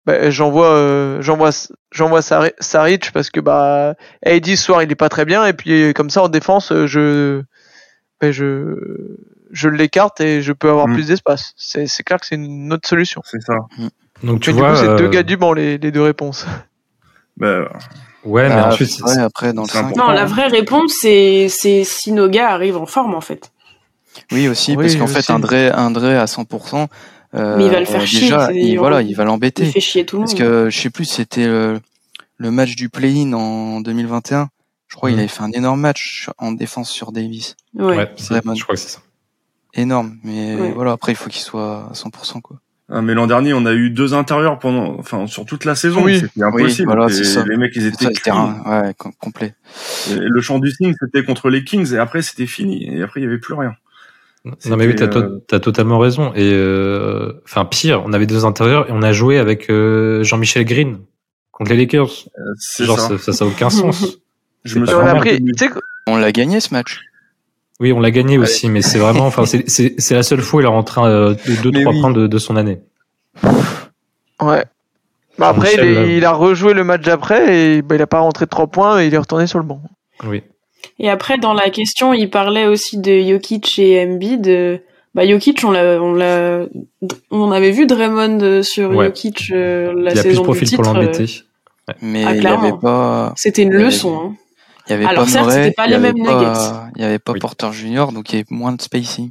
[SPEAKER 4] bah, j'envoie euh, j'envoie j'envoie Sari- Saric parce que bah AD ce soir il est pas très bien et puis comme ça en défense euh, je bah, je je l'écarte et je peux avoir
[SPEAKER 5] Mm.
[SPEAKER 4] plus d'espace. C'est c'est clair que c'est une autre solution.
[SPEAKER 5] C'est ça.
[SPEAKER 3] donc tu
[SPEAKER 4] Mais
[SPEAKER 3] vois.
[SPEAKER 4] du coup, c'est
[SPEAKER 3] euh,
[SPEAKER 4] deux gars du banc les, les deux réponses.
[SPEAKER 5] Bah,
[SPEAKER 3] Ouais, mais
[SPEAKER 7] Ah,
[SPEAKER 3] ensuite, c'est-
[SPEAKER 7] ouais, après, dans le
[SPEAKER 5] c'est
[SPEAKER 7] 5.
[SPEAKER 5] important.
[SPEAKER 6] Non, la vraie réponse, c'est c'est si nos gars arrivent en forme, en fait.
[SPEAKER 7] Oui,
[SPEAKER 4] Oui,
[SPEAKER 7] aussi, parce qu'en fait,
[SPEAKER 4] aussi.
[SPEAKER 7] André, André à 100%, euh,
[SPEAKER 6] Mais il va le faire
[SPEAKER 7] déjà,
[SPEAKER 6] chier, c'est-
[SPEAKER 7] il, voilà, il va
[SPEAKER 6] Il
[SPEAKER 7] l'embêter.
[SPEAKER 6] fait chier tout le
[SPEAKER 7] Parce
[SPEAKER 6] monde.
[SPEAKER 7] que je sais plus, c'était le, le match du play-in en 2021. Je crois
[SPEAKER 3] Mhm.
[SPEAKER 7] qu'il
[SPEAKER 6] Hmm.
[SPEAKER 7] avait fait un énorme match en défense sur Davis.
[SPEAKER 6] Ouais.
[SPEAKER 3] ouais, si,
[SPEAKER 7] Vraiment.
[SPEAKER 3] je crois que c'est ça.
[SPEAKER 7] Énorme. Mais
[SPEAKER 6] Ouais.
[SPEAKER 7] voilà, après, il faut qu'il soit à 100%, quoi.
[SPEAKER 5] Ah, mais l'an dernier, on a eu deux intérieurs pendant, enfin, sur toute la saison.
[SPEAKER 4] Oui.
[SPEAKER 5] C'était impossible.
[SPEAKER 7] voilà,
[SPEAKER 5] Et
[SPEAKER 7] c'est ça.
[SPEAKER 5] Les mecs, ils
[SPEAKER 7] Ça,
[SPEAKER 5] étaient
[SPEAKER 7] le terrain, ouais, com- complet.
[SPEAKER 5] clean. Et Le champ du signe, c'était contre les Kings, et après, c'était fini. Et après, il y avait plus rien.
[SPEAKER 3] Non, mais oui, t'as
[SPEAKER 5] C'était,
[SPEAKER 3] to-
[SPEAKER 5] euh,
[SPEAKER 3] t'as totalement raison. Et euh, enfin, pire, on avait deux intérieurs et on a joué avec euh, Jean-Michel Green contre les Lakers.
[SPEAKER 5] Euh, C'est
[SPEAKER 3] Genre,
[SPEAKER 5] ça.
[SPEAKER 3] ça, ça, ça a aucun sens.
[SPEAKER 5] Je me
[SPEAKER 3] c'est
[SPEAKER 4] Et on
[SPEAKER 5] souviens
[SPEAKER 4] a
[SPEAKER 3] vraiment
[SPEAKER 4] pris,
[SPEAKER 5] que-
[SPEAKER 4] tu sais que-
[SPEAKER 7] On l'a gagné, ce match.
[SPEAKER 3] Oui, on l'a gagné aussi, mais c'est vraiment, enfin, c'est- c'est c'est la seule fois où il a rentré euh, deux, deux,
[SPEAKER 7] Mais
[SPEAKER 3] trois
[SPEAKER 7] oui.
[SPEAKER 3] points de, de son année.
[SPEAKER 4] Ouais. Bah après, il,
[SPEAKER 3] Jean-Michel,
[SPEAKER 4] est-
[SPEAKER 3] euh,
[SPEAKER 4] il a rejoué le match d'après et bah, il a pas rentré de 3 points et il est retourné sur le banc.
[SPEAKER 3] Oui.
[SPEAKER 6] Et après, dans la question, il parlait aussi de Jokic et Embiid. De... Bah, Jokic, on l'a, on l'a, on avait vu Draymond sur
[SPEAKER 3] Ouais.
[SPEAKER 6] Jokic euh, la
[SPEAKER 3] il a plus de
[SPEAKER 6] saison du
[SPEAKER 3] profil
[SPEAKER 6] titre.
[SPEAKER 3] pour
[SPEAKER 6] euh,
[SPEAKER 3] l'embêter.
[SPEAKER 7] Mais
[SPEAKER 6] Ah,
[SPEAKER 7] il
[SPEAKER 6] clairement.
[SPEAKER 7] avait pas,
[SPEAKER 6] C'était une
[SPEAKER 7] Il y avait-
[SPEAKER 6] leçon. Hein.
[SPEAKER 7] il y avait
[SPEAKER 6] Alors,
[SPEAKER 7] pas
[SPEAKER 6] certes,
[SPEAKER 7] Murray,
[SPEAKER 6] c'était pas
[SPEAKER 7] il y
[SPEAKER 6] les
[SPEAKER 7] avait
[SPEAKER 6] mêmes
[SPEAKER 7] pas- Il y avait pas
[SPEAKER 3] Oui.
[SPEAKER 7] Porter Junior, donc il y avait moins de spacing.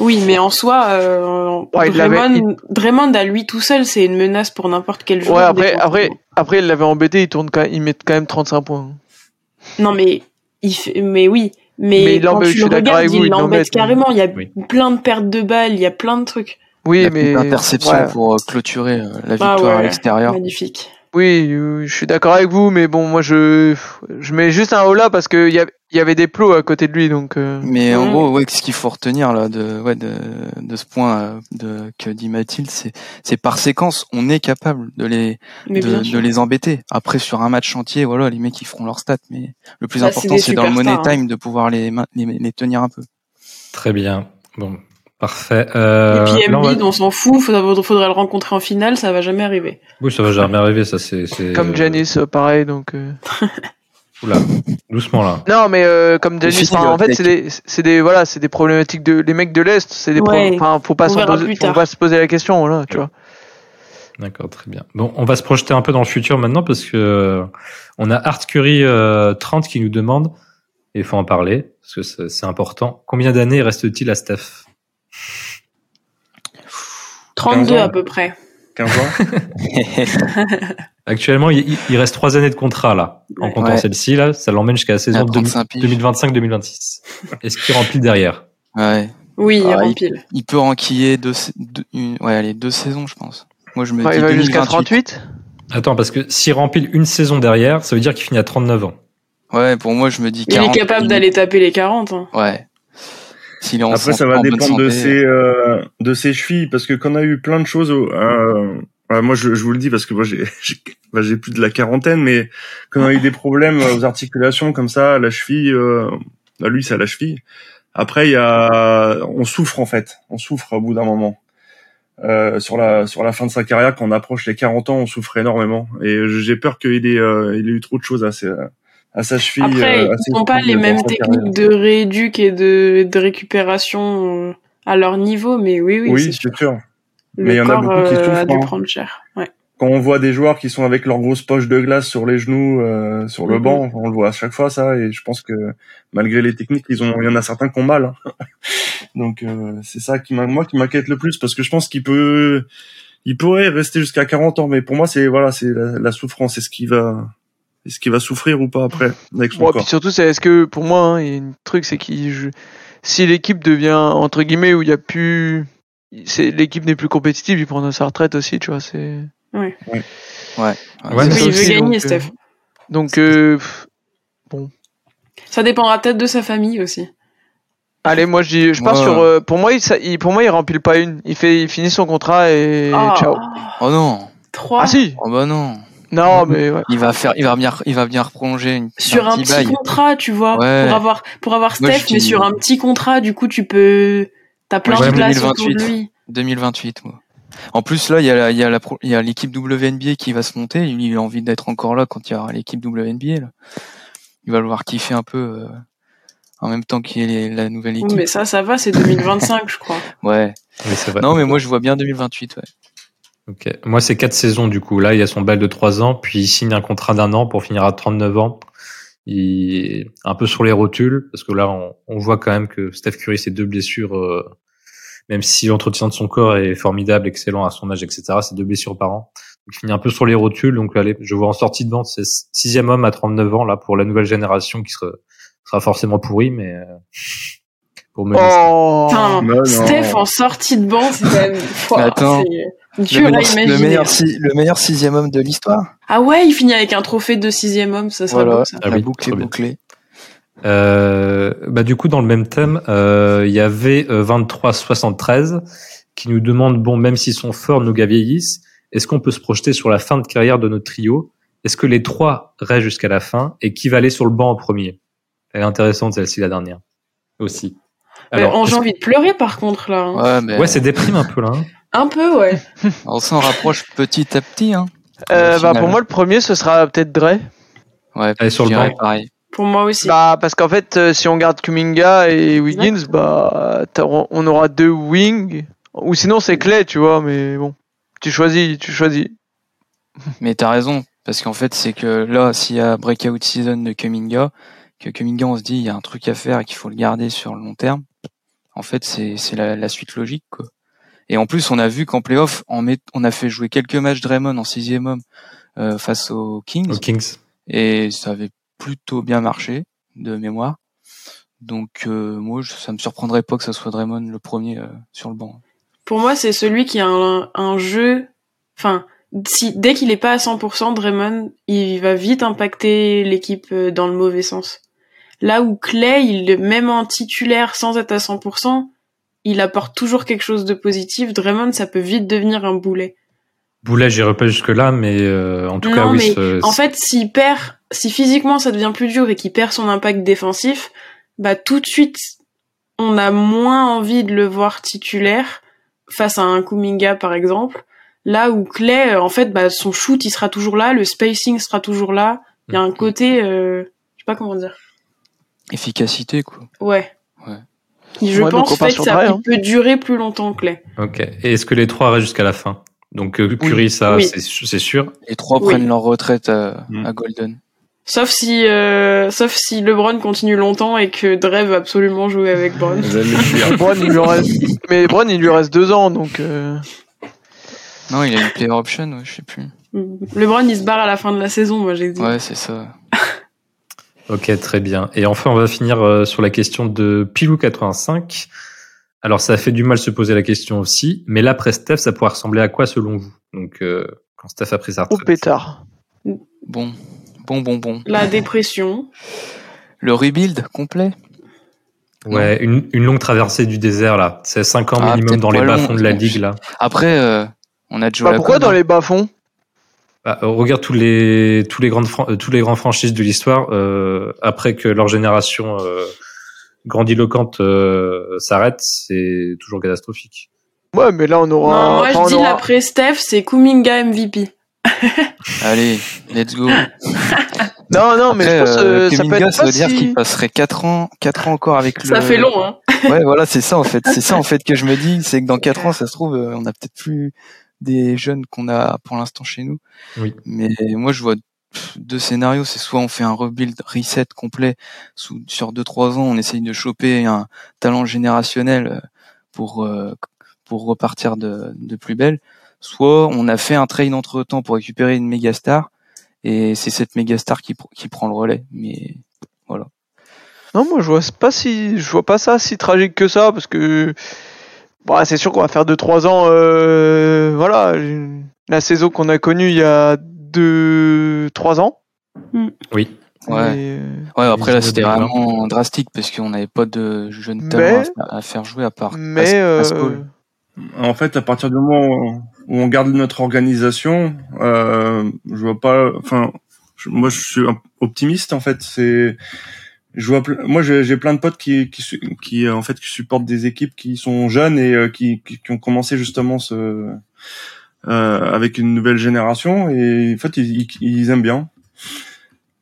[SPEAKER 6] Oui, mais en soi, euh,
[SPEAKER 4] Ouais, il l'avait-
[SPEAKER 6] Draymond, Draymond à lui tout seul, c'est une menace pour n'importe quel joueur.
[SPEAKER 4] Ouais, après,
[SPEAKER 6] défensivement.
[SPEAKER 4] après, après, il l'avait embêté, il tourne quand même, il met quand même 35 points.
[SPEAKER 6] Non, mais il fait, mais oui, mais,
[SPEAKER 4] Mais il
[SPEAKER 6] quand
[SPEAKER 4] l'embête, je
[SPEAKER 6] tu
[SPEAKER 4] suis
[SPEAKER 6] le
[SPEAKER 4] d'accord
[SPEAKER 6] regardes,
[SPEAKER 4] avec vous,
[SPEAKER 6] il
[SPEAKER 4] il
[SPEAKER 6] l'embête
[SPEAKER 4] l'embête.
[SPEAKER 6] carrément. Il y a
[SPEAKER 3] Oui.
[SPEAKER 6] plein de pertes de balles, il y a plein de trucs
[SPEAKER 4] Oui,
[SPEAKER 7] la
[SPEAKER 4] mais.
[SPEAKER 7] interception
[SPEAKER 4] ouais.
[SPEAKER 7] pour euh, clôturer euh, la
[SPEAKER 6] Ah
[SPEAKER 7] victoire à
[SPEAKER 6] ouais.
[SPEAKER 7] l'extérieur.
[SPEAKER 6] magnifiques.
[SPEAKER 4] Oui, euh, je suis d'accord avec vous, mais bon, moi je. Je mets juste un haut là parce qu'il y, a- il y avait des plots à côté de lui, donc. euh,
[SPEAKER 7] Mais en
[SPEAKER 6] Mm.
[SPEAKER 7] gros, ouais, ce qu'il faut retenir là de, ouais, de, de ce point euh, de, que dit Mathilde, c'est, c'est par séquence, on est capable de les,
[SPEAKER 6] Mais bien
[SPEAKER 7] de,
[SPEAKER 6] sûr.
[SPEAKER 7] de les embêter. Après, sur un match entier, voilà, les mecs ils feront leurs stats, mais le plus
[SPEAKER 6] Bah, c'est
[SPEAKER 7] important,
[SPEAKER 6] des
[SPEAKER 7] c'est dans le money
[SPEAKER 6] superstars, hein.
[SPEAKER 7] time de pouvoir les, main- les, les tenir un peu.
[SPEAKER 3] Très bien. Bon, parfait. Euh,
[SPEAKER 6] Et puis
[SPEAKER 3] là, on va-
[SPEAKER 6] Embiid, on s'en fout, faudra, faudra le rencontrer en finale, ça va jamais arriver.
[SPEAKER 3] Oui, ça va jamais arriver, ça c'est. c'est-
[SPEAKER 4] Comme Janice, euh, pareil, donc. euh.
[SPEAKER 3] Oula, doucement là.
[SPEAKER 4] Non, mais euh, comme Janice,
[SPEAKER 7] fini
[SPEAKER 4] enfin, en
[SPEAKER 7] leur
[SPEAKER 4] fait, c'est des, c'est des, voilà, c'est des problématiques de, les mecs de l'Est, c'est des, pro-
[SPEAKER 6] Ouais.
[SPEAKER 4] enfin, faut pas
[SPEAKER 6] On
[SPEAKER 4] s'en
[SPEAKER 6] verra
[SPEAKER 4] poser-
[SPEAKER 6] plus
[SPEAKER 4] faut
[SPEAKER 6] tard.
[SPEAKER 4] pas se poser la question, là, tu vois.
[SPEAKER 3] D'accord, très bien. Bon, on va se projeter un peu dans le futur maintenant parce que euh, on a Art Curry euh, 30 qui nous demande, et il faut en parler parce que c'est c'est important. Combien d'années reste-t-il à Steph
[SPEAKER 6] 32
[SPEAKER 5] ans.
[SPEAKER 6] à peu près.
[SPEAKER 5] 15 ans.
[SPEAKER 3] Actuellement, il, il- il reste trois années de contrat là, en
[SPEAKER 6] Ouais.
[SPEAKER 3] comptant
[SPEAKER 7] Ouais.
[SPEAKER 3] celle-ci là, ça l'emmène jusqu'à la saison
[SPEAKER 7] À 35 piges.
[SPEAKER 3] 2025-2026. Est-ce qu'il remplit derrière
[SPEAKER 7] Ouais.
[SPEAKER 6] Oui, il
[SPEAKER 7] Ah, il-
[SPEAKER 6] rempile.
[SPEAKER 7] Il peut enquiller deux, sa- deux, une- ouais, allez, deux saisons, je pense. Moi, je me
[SPEAKER 4] Enfin,
[SPEAKER 7] dis
[SPEAKER 4] il va jusqu'à
[SPEAKER 7] 2028.
[SPEAKER 4] 38
[SPEAKER 3] Attends, parce que s'il remplit une saison derrière, ça veut dire qu'il finit à 39 ans.
[SPEAKER 7] Ouais, pour moi, je me dis
[SPEAKER 6] Il
[SPEAKER 7] 40.
[SPEAKER 6] est capable d'aller taper les 40. hein.
[SPEAKER 7] Ouais. S'il est en
[SPEAKER 5] Après,
[SPEAKER 7] santé-
[SPEAKER 5] ça va
[SPEAKER 7] en bonne
[SPEAKER 5] dépendre de
[SPEAKER 7] santé,
[SPEAKER 5] ses, euh, de ses chevilles, parce que quand on a eu plein de choses, au- euh, euh, moi, je, je vous le dis parce que moi, j'ai, j'ai- bah, j'ai plus de la quarantaine, mais quand on a eu des problèmes aux articulations comme ça, à la cheville, euh, bah, lui, c'est à la cheville. Après, il y a, on souffre en fait, on souffre au bout d'un moment. Euh, sur la sur la fin de sa carrière, quand on approche les 40 ans, on souffre énormément. Et j'ai peur qu'il ait euh, il ait eu trop de choses à, ses- à sa cheville.
[SPEAKER 6] Après,
[SPEAKER 5] euh, à ses
[SPEAKER 6] ils n'ont pas
[SPEAKER 5] chevilles
[SPEAKER 6] les
[SPEAKER 5] dans
[SPEAKER 6] mêmes
[SPEAKER 5] sa carrière.
[SPEAKER 6] techniques de rééduque et de, de récupération euh, à leur niveau, mais oui, oui, c'est
[SPEAKER 5] Oui,
[SPEAKER 6] sûr.
[SPEAKER 5] c'est sûr.
[SPEAKER 6] Le
[SPEAKER 5] mais il y en a
[SPEAKER 6] corps,
[SPEAKER 5] beaucoup qui
[SPEAKER 6] euh,
[SPEAKER 5] souffrent,
[SPEAKER 6] a dû
[SPEAKER 5] hein.
[SPEAKER 6] prendre cher. Ouais.
[SPEAKER 5] quand on voit des joueurs qui sont avec leurs grosses poches de glace sur les genoux, euh, sur le
[SPEAKER 6] Mhm.
[SPEAKER 5] banc, on le voit à chaque fois ça, et je pense que malgré les techniques, ils ont, il y en a certains qui ont mal. hein. Donc euh, c'est ça qui m'in- moi qui m'inquiète le plus parce que je pense qu'il peut il pourrait rester jusqu'à 40 ans mais pour moi c'est voilà, c'est la, la souffrance, c'est ce qui va est-ce qu'il va souffrir ou pas après avec son
[SPEAKER 4] Bon, puis
[SPEAKER 5] corps.
[SPEAKER 4] surtout, c'est est-ce que pour moi, hein, il y a un truc, c'est que si l'équipe devient entre guillemets où il y a plus, c'est l'équipe n'est plus compétitive, il prendra sa retraite aussi, tu vois. C'est
[SPEAKER 3] Ouais,
[SPEAKER 6] Oui,
[SPEAKER 3] mais
[SPEAKER 4] ça
[SPEAKER 6] il
[SPEAKER 4] aussi,
[SPEAKER 6] veut gagner,
[SPEAKER 4] donc, euh,
[SPEAKER 6] Steph.
[SPEAKER 4] donc euh, pff,
[SPEAKER 6] Ça dépendra peut-être de sa famille aussi.
[SPEAKER 4] allez, moi je dis- je pars
[SPEAKER 7] Moi-
[SPEAKER 4] sur. euh, pour moi, il, ça- il- pour moi, il remplit pas une. Il fait, il finit son contrat et
[SPEAKER 6] Ah,
[SPEAKER 4] ciao.
[SPEAKER 7] Oh non.
[SPEAKER 6] Trois
[SPEAKER 4] Ah si.
[SPEAKER 7] Oh bah non.
[SPEAKER 4] Non, mais ouais.
[SPEAKER 7] Il va faire, il va bien, il va bien reprolonger une,
[SPEAKER 6] sur un petit
[SPEAKER 7] bail.
[SPEAKER 6] contrat, tu vois,
[SPEAKER 7] Ouais.
[SPEAKER 6] pour avoir pour avoir Steph,
[SPEAKER 7] Moi, je dis-
[SPEAKER 6] mais sur un petit contrat, du coup, tu peux t'as plein
[SPEAKER 3] Moi, je
[SPEAKER 6] de
[SPEAKER 3] dis
[SPEAKER 6] place autour de
[SPEAKER 7] 2028.
[SPEAKER 6] lui.
[SPEAKER 7] 2028, moi. En plus, là, il y a la- il y a la pro- il y a l'équipe WNBA qui va se monter. Il il a envie d'être encore là quand il y aura l'équipe WNBA. Là. Il va vouloir kiffer un peu euh, en même temps qu'il y ait les- la nouvelle
[SPEAKER 6] Oui,
[SPEAKER 7] équipe.
[SPEAKER 6] mais ça, ça va, c'est 2025, je crois.
[SPEAKER 7] Ouais.
[SPEAKER 3] Mais c'est vrai.
[SPEAKER 7] Non, mais moi, je vois bien 2028. Ouais.
[SPEAKER 3] Ok. Moi, c'est quatre saisons du coup. Là, il y a son bail de trois ans, puis il signe un contrat d'un an pour finir à 39 ans. Il un peu sur les rotules parce que là, on, on voit quand même que Steph Curry, ses deux blessures, euh, même si l'entretien de son corps est formidable, excellent à son âge, etc. C'est deux blessures par an. Donc, il finit un peu sur les rotules. Donc, allez, je vois en sortie de vente, c'est sixième homme à 39 ans là pour la nouvelle génération qui sera, sera forcément pourrie, mais euh, pour me
[SPEAKER 4] Oh.
[SPEAKER 6] Putain,
[SPEAKER 5] bah non.
[SPEAKER 6] Steph en sortie de banc, c'est quand même Pouah,
[SPEAKER 7] Mais attends.
[SPEAKER 6] c'est dur à imaginer.
[SPEAKER 7] si- le meilleur sixième homme de l'histoire.
[SPEAKER 6] Ah ouais, il finit avec un trophée de sixième homme, ça serait
[SPEAKER 7] Voilà.
[SPEAKER 6] beau ça.
[SPEAKER 3] Ah
[SPEAKER 7] la
[SPEAKER 3] oui,
[SPEAKER 7] boucle
[SPEAKER 3] très
[SPEAKER 7] est
[SPEAKER 3] bien.
[SPEAKER 7] bouclée.
[SPEAKER 3] Euh, bah du coup, dans le même thème, euh, il y avait euh, 2373 qui nous demande bon, même s'ils sont forts, nos gars vieillissent, est-ce qu'on peut se projeter sur la fin de carrière de notre trio Est-ce que les trois restent jusqu'à la fin et qui va aller sur le banc en premier Elle est intéressante celle-ci, la dernière aussi.
[SPEAKER 6] Mais
[SPEAKER 3] Alors,
[SPEAKER 6] on-
[SPEAKER 3] est-ce-
[SPEAKER 6] J'ai envie de pleurer par contre là. hein.
[SPEAKER 7] Ouais, mais
[SPEAKER 3] ouais, c'est déprime un peu là. hein.
[SPEAKER 6] Un peu, ouais.
[SPEAKER 7] on s'en rapproche petit à petit. Hein.
[SPEAKER 4] Euh,
[SPEAKER 7] Au
[SPEAKER 4] bah
[SPEAKER 7] final.
[SPEAKER 4] pour moi, le premier, ce sera peut-être Dre.
[SPEAKER 7] ouais,
[SPEAKER 3] Allez, sur
[SPEAKER 7] je
[SPEAKER 3] le
[SPEAKER 7] dirais
[SPEAKER 3] banc.
[SPEAKER 7] pareil.
[SPEAKER 6] Pour moi aussi.
[SPEAKER 4] Bah parce qu'en fait, euh, si on garde Kuminga et Wiggins, bah t'auras- on aura deux wings. Ou sinon c'est Clay, tu vois, mais bon, tu choisis, tu choisis.
[SPEAKER 7] Mais t'as raison, parce qu'en fait, c'est que là, s'il y a breakout season de Kuminga, que Kuminga, on se dit, il y a un truc à faire et qu'il faut le garder sur le long terme. En fait, c'est c'est la, la suite logique, quoi. Et en plus, on a vu qu'en playoff, on, met- on a fait jouer quelques matchs Draymond en sixième homme euh, face aux Kings,
[SPEAKER 3] Aux Kings.
[SPEAKER 7] et ça avait plutôt bien marché, de mémoire. Donc, euh, moi, je, ça me surprendrait pas que ça soit Draymond le premier euh, sur le banc.
[SPEAKER 6] Pour moi, c'est celui qui a un, un jeu. Enfin, si, dès qu'il est pas à 100%, Draymond, il va vite impacter l'équipe euh, dans le mauvais sens. Là où Clay, il, même en titulaire sans être à 100%, il apporte toujours quelque chose de positif. Draymond, ça peut vite devenir un boulet.
[SPEAKER 3] Boulet, j'irai pas jusque là, mais euh, en tout
[SPEAKER 6] Non,
[SPEAKER 3] cas, oui.
[SPEAKER 6] mais
[SPEAKER 3] ce-
[SPEAKER 6] En fait, s'il perd, si physiquement ça devient plus dur et qu'il perd son impact défensif, bah tout de suite, on a moins envie de le voir titulaire face à un Kuminga par exemple. Là où Clay, euh, en fait, bah, son shoot il sera toujours là, le spacing sera toujours là. Il y a
[SPEAKER 3] Hmm. Mm.
[SPEAKER 6] un côté, euh, je sais pas comment dire.
[SPEAKER 7] Efficacité, quoi.
[SPEAKER 6] Ouais.
[SPEAKER 7] Ouais.
[SPEAKER 6] Et Je
[SPEAKER 4] Ouais, donc on
[SPEAKER 6] pense
[SPEAKER 4] part
[SPEAKER 6] fait, que
[SPEAKER 4] sur
[SPEAKER 6] ça
[SPEAKER 4] Dre, hein.
[SPEAKER 6] peut durer plus longtemps Clay.
[SPEAKER 3] ok. Et est-ce que les trois restent jusqu'à la fin Donc euh, Curry, ça,
[SPEAKER 6] Oui.
[SPEAKER 3] c'est su- c'est sûr.
[SPEAKER 7] Les trois
[SPEAKER 6] Oui.
[SPEAKER 7] prennent leur retraite à,
[SPEAKER 5] Mm.
[SPEAKER 7] à Golden.
[SPEAKER 6] Sauf si, euh, sauf si LeBron continue longtemps et que Dre veut absolument jouer avec Bron.
[SPEAKER 4] Bron, il lui reste... Mais Bron, il lui reste deux ans, donc. euh,
[SPEAKER 7] Non, il a une player option, ouais, je sais plus.
[SPEAKER 6] Mm. LeBron il se barre à la fin de la saison, moi j'ai dit.
[SPEAKER 7] Ouais, c'est ça.
[SPEAKER 3] Ok, très bien. Et enfin, on va finir euh, sur la question de Pilou85. Alors, ça fait du mal se poser la question aussi, mais là, après Steph, ça pourrait ressembler à quoi selon vous Donc, euh, quand Steph a pris sa
[SPEAKER 4] Ou
[SPEAKER 3] retraite.
[SPEAKER 4] oh, pétard.
[SPEAKER 7] Bon, bon, bon, bon.
[SPEAKER 6] La dépression.
[SPEAKER 7] Le rebuild complet
[SPEAKER 3] Ouais, une, une longue traversée du désert, là. C'est 5 ans
[SPEAKER 7] Ah,
[SPEAKER 3] minimum
[SPEAKER 7] peut-être
[SPEAKER 3] dans les
[SPEAKER 7] pas long,
[SPEAKER 3] bas-fonds de la
[SPEAKER 7] parce que-
[SPEAKER 3] ligue, là.
[SPEAKER 7] Après, euh, on a Joe
[SPEAKER 4] Bah, pourquoi
[SPEAKER 7] Lacob,
[SPEAKER 4] dans
[SPEAKER 7] hein.
[SPEAKER 4] les bas-fonds
[SPEAKER 3] Bah, euh, regarde tous les, tous, les grandes fran- euh, tous les grands franchises de l'histoire, euh, après que leur génération euh, grandiloquente euh, s'arrête, c'est toujours catastrophique.
[SPEAKER 4] Ouais, mais là, on aura.
[SPEAKER 6] Non, moi
[SPEAKER 4] enfin, on
[SPEAKER 6] je dis
[SPEAKER 4] aura-
[SPEAKER 6] l'après Steph, c'est Kuminga MVP.
[SPEAKER 7] Allez, let's go.
[SPEAKER 4] Non, non, mais
[SPEAKER 7] Après,
[SPEAKER 4] je pense euh,
[SPEAKER 7] euh,
[SPEAKER 4] ça peut
[SPEAKER 7] Kuminga,
[SPEAKER 4] être
[SPEAKER 7] ça
[SPEAKER 4] pas
[SPEAKER 7] veut dire
[SPEAKER 4] si-
[SPEAKER 7] qu'il passerait 4 ans, 4 ans encore avec le.
[SPEAKER 6] Ça fait long, hein.
[SPEAKER 7] Ouais, voilà, c'est ça en fait. C'est ça en fait que je me dis, c'est que dans 4 ans, ça se trouve, euh, on a peut-être plus des jeunes qu'on a pour l'instant chez nous.
[SPEAKER 3] Oui.
[SPEAKER 7] Mais moi, je vois pff, deux scénarios, c'est soit on fait un rebuild, reset complet sous, sur deux trois ans, on essaye de choper un talent générationnel euh, pour euh, pour repartir de, de plus belle, soit on a fait un trade entre temps pour récupérer une méga star et c'est cette méga star qui pr- qui prend le relais. Mais
[SPEAKER 4] Non, moi je vois pas si je vois pas ça si tragique que ça parce que bon, c'est sûr qu'on va faire 2 3 ans euh, voilà, une- la saison qu'on a connue il y a 2 3 ans.
[SPEAKER 7] ouais,
[SPEAKER 4] Mais, euh,
[SPEAKER 7] ouais
[SPEAKER 3] je
[SPEAKER 7] après là
[SPEAKER 3] me
[SPEAKER 7] c'était
[SPEAKER 3] démarre.
[SPEAKER 7] vraiment drastique parce qu'on n'avait pas de jeunes
[SPEAKER 4] Mais-
[SPEAKER 7] talents à faire- à, faire jouer à part.
[SPEAKER 4] mais
[SPEAKER 7] Pas- pas
[SPEAKER 4] euh,
[SPEAKER 7] Paul.
[SPEAKER 5] En fait, à partir du moment où où on garde notre organisation, euh, je vois pas. Enfin, je- moi, je suis un- optimiste. En fait, c'est. Je vois. ple- Moi, j'ai j'ai plein de potes qui, qui, su- qui, euh, en fait, qui supportent des équipes qui sont jeunes et euh, qui, qui, qui ont commencé justement ce euh, avec une nouvelle génération. Et en fait, ils, ils, ils aiment bien.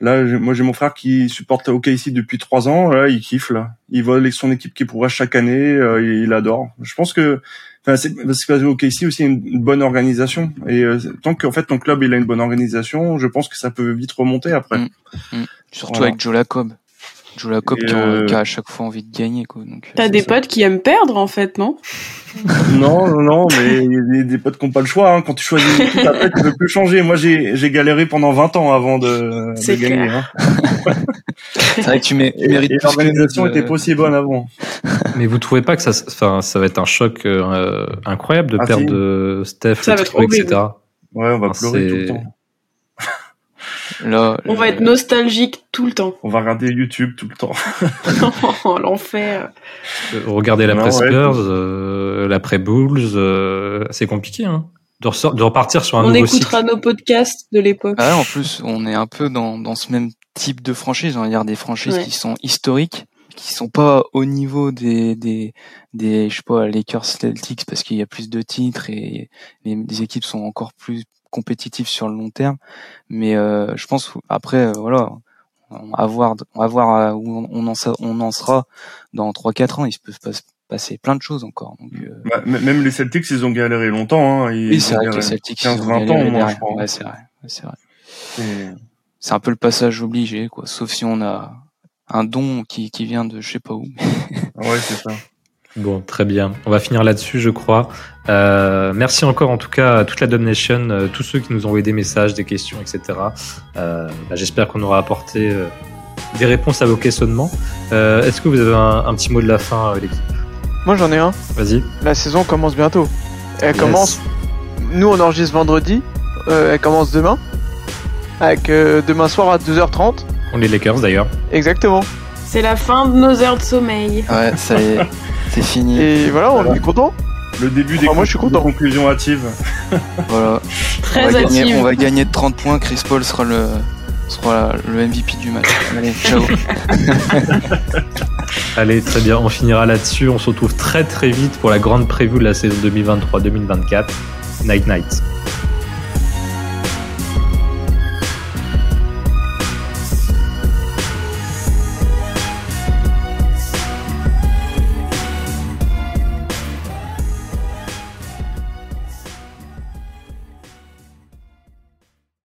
[SPEAKER 5] Là, j'ai- moi, j'ai mon frère qui supporte OKC depuis trois ans. Là, il kiffe. Là, il voit son équipe qui progresse chaque année. euh, il, il adore. Je pense que Enfin, c'est parce que OKC aussi a une une bonne organisation et euh, tant qu'en fait ton club il a une bonne organisation, je pense que ça peut vite remonter après.
[SPEAKER 7] Mm. Surtout
[SPEAKER 5] Voilà.
[SPEAKER 7] avec Joe Lacob. Joe Lacob
[SPEAKER 5] Et,
[SPEAKER 7] qui, en-
[SPEAKER 5] euh,
[SPEAKER 7] qui a à chaque fois envie de gagner. quoi. Donc, euh,
[SPEAKER 6] T'as
[SPEAKER 7] c'est
[SPEAKER 6] des
[SPEAKER 7] ça.
[SPEAKER 6] potes qui aiment perdre en fait, non
[SPEAKER 5] Non, non, non, mais il y a des, des potes qui n'ont pas le choix. hein. Quand tu choisis une équipe, après tu peux plus changer. Moi j'ai j'ai galéré pendant 20 ans avant de, de
[SPEAKER 6] C'est
[SPEAKER 5] gagner. hein.
[SPEAKER 7] C'est vrai que tu, mé- tu
[SPEAKER 5] Et,
[SPEAKER 7] mérites
[SPEAKER 5] et
[SPEAKER 7] plus
[SPEAKER 5] l'organisation
[SPEAKER 7] que-
[SPEAKER 5] était pas aussi bonne avant.
[SPEAKER 3] Mais vous trouvez pas que ça, s- enfin, ça va être un choc euh, incroyable de
[SPEAKER 5] Ah,
[SPEAKER 3] perdre
[SPEAKER 5] si.
[SPEAKER 3] euh, Steph,
[SPEAKER 6] Ça va
[SPEAKER 3] le
[SPEAKER 6] être
[SPEAKER 3] trio, etc.
[SPEAKER 5] Ouais, on va
[SPEAKER 3] Ah,
[SPEAKER 5] pleurer tout
[SPEAKER 3] c'est-
[SPEAKER 5] le temps.
[SPEAKER 7] Là,
[SPEAKER 6] On va
[SPEAKER 7] euh,
[SPEAKER 6] être nostalgique tout le temps.
[SPEAKER 5] On va regarder YouTube tout le temps.
[SPEAKER 6] Oh, L'enfer.
[SPEAKER 3] Euh, Regardez
[SPEAKER 5] Non,
[SPEAKER 3] l'après
[SPEAKER 5] ouais,
[SPEAKER 3] Spurs, euh, l'après Bulls, euh, c'est compliqué. Hein, de, ressort- de repartir sur un
[SPEAKER 6] On
[SPEAKER 3] nouveau
[SPEAKER 6] écoutera
[SPEAKER 3] cycle.
[SPEAKER 6] nos podcasts de l'époque.
[SPEAKER 7] Ah ouais, en plus, on est un peu dans, dans ce même type de franchise, on va dire des franchises
[SPEAKER 6] Ouais.
[SPEAKER 7] qui sont historiques, qui sont pas au niveau des, des, des je sais pas, Lakers Celtics parce qu'il y a plus de titres et les, les équipes sont encore plus compétitives sur le long terme. Mais euh, je pense, après, euh, voilà, on va voir, on va voir euh, où on, on en, sa- on en sera dans 3-4 ans. Il se peut se passe- passer plein de choses encore. Donc, euh,
[SPEAKER 5] Bah, m- même les Celtics ils ont galéré longtemps. Hein. Ils
[SPEAKER 7] oui, c'est
[SPEAKER 5] ont
[SPEAKER 7] vrai que les
[SPEAKER 5] galéré
[SPEAKER 7] Celtics, ils ont
[SPEAKER 5] 15, 20 ans
[SPEAKER 7] galéré
[SPEAKER 5] au moins, je
[SPEAKER 7] derrière.
[SPEAKER 5] crois.
[SPEAKER 7] Ouais, c'est vrai. ouais, c'est vrai.
[SPEAKER 5] Et-
[SPEAKER 7] c'est un peu le passage obligé, quoi. Sauf si on a un don qui, qui vient de je sais pas où.
[SPEAKER 5] Ouais, c'est ça.
[SPEAKER 3] Bon, très bien. On va finir là-dessus, je crois. Euh, merci encore, en tout cas, à toute la Dub Nation, euh, tous ceux qui nous ont envoyé des messages, des questions, etc. Euh, bah, J'espère qu'on aura apporté euh, des réponses à vos questionnements. Euh, Est-ce que vous avez un, un petit mot de la fin, euh, l'équipe
[SPEAKER 4] moi j'en ai un.
[SPEAKER 3] Vas-y.
[SPEAKER 4] La saison commence bientôt. Elle
[SPEAKER 3] Yes.
[SPEAKER 4] commence Nous, on enregistre vendredi. Euh, elle commence demain. Avec euh, demain soir à 12h30.
[SPEAKER 3] On est les Lakers, d'ailleurs.
[SPEAKER 4] Exactement.
[SPEAKER 6] C'est la fin de nos heures de sommeil.
[SPEAKER 7] Ouais, ça y est, c'est fini.
[SPEAKER 4] Et voilà, on
[SPEAKER 5] Voilà.
[SPEAKER 4] est content.
[SPEAKER 5] Le début des,
[SPEAKER 4] Ah, moi, je suis
[SPEAKER 5] conclusions-
[SPEAKER 4] content.
[SPEAKER 5] des conclusions hâtives.
[SPEAKER 7] Voilà. On
[SPEAKER 6] Très
[SPEAKER 7] va, gagner, on
[SPEAKER 6] active.
[SPEAKER 7] va gagner de 30 points. Chris Paul sera le sera le MVP du match. Allez, ciao.
[SPEAKER 3] Allez, très bien. On finira là-dessus. On se retrouve très, très vite pour la grande preview de la saison 2023-2024. Night, night.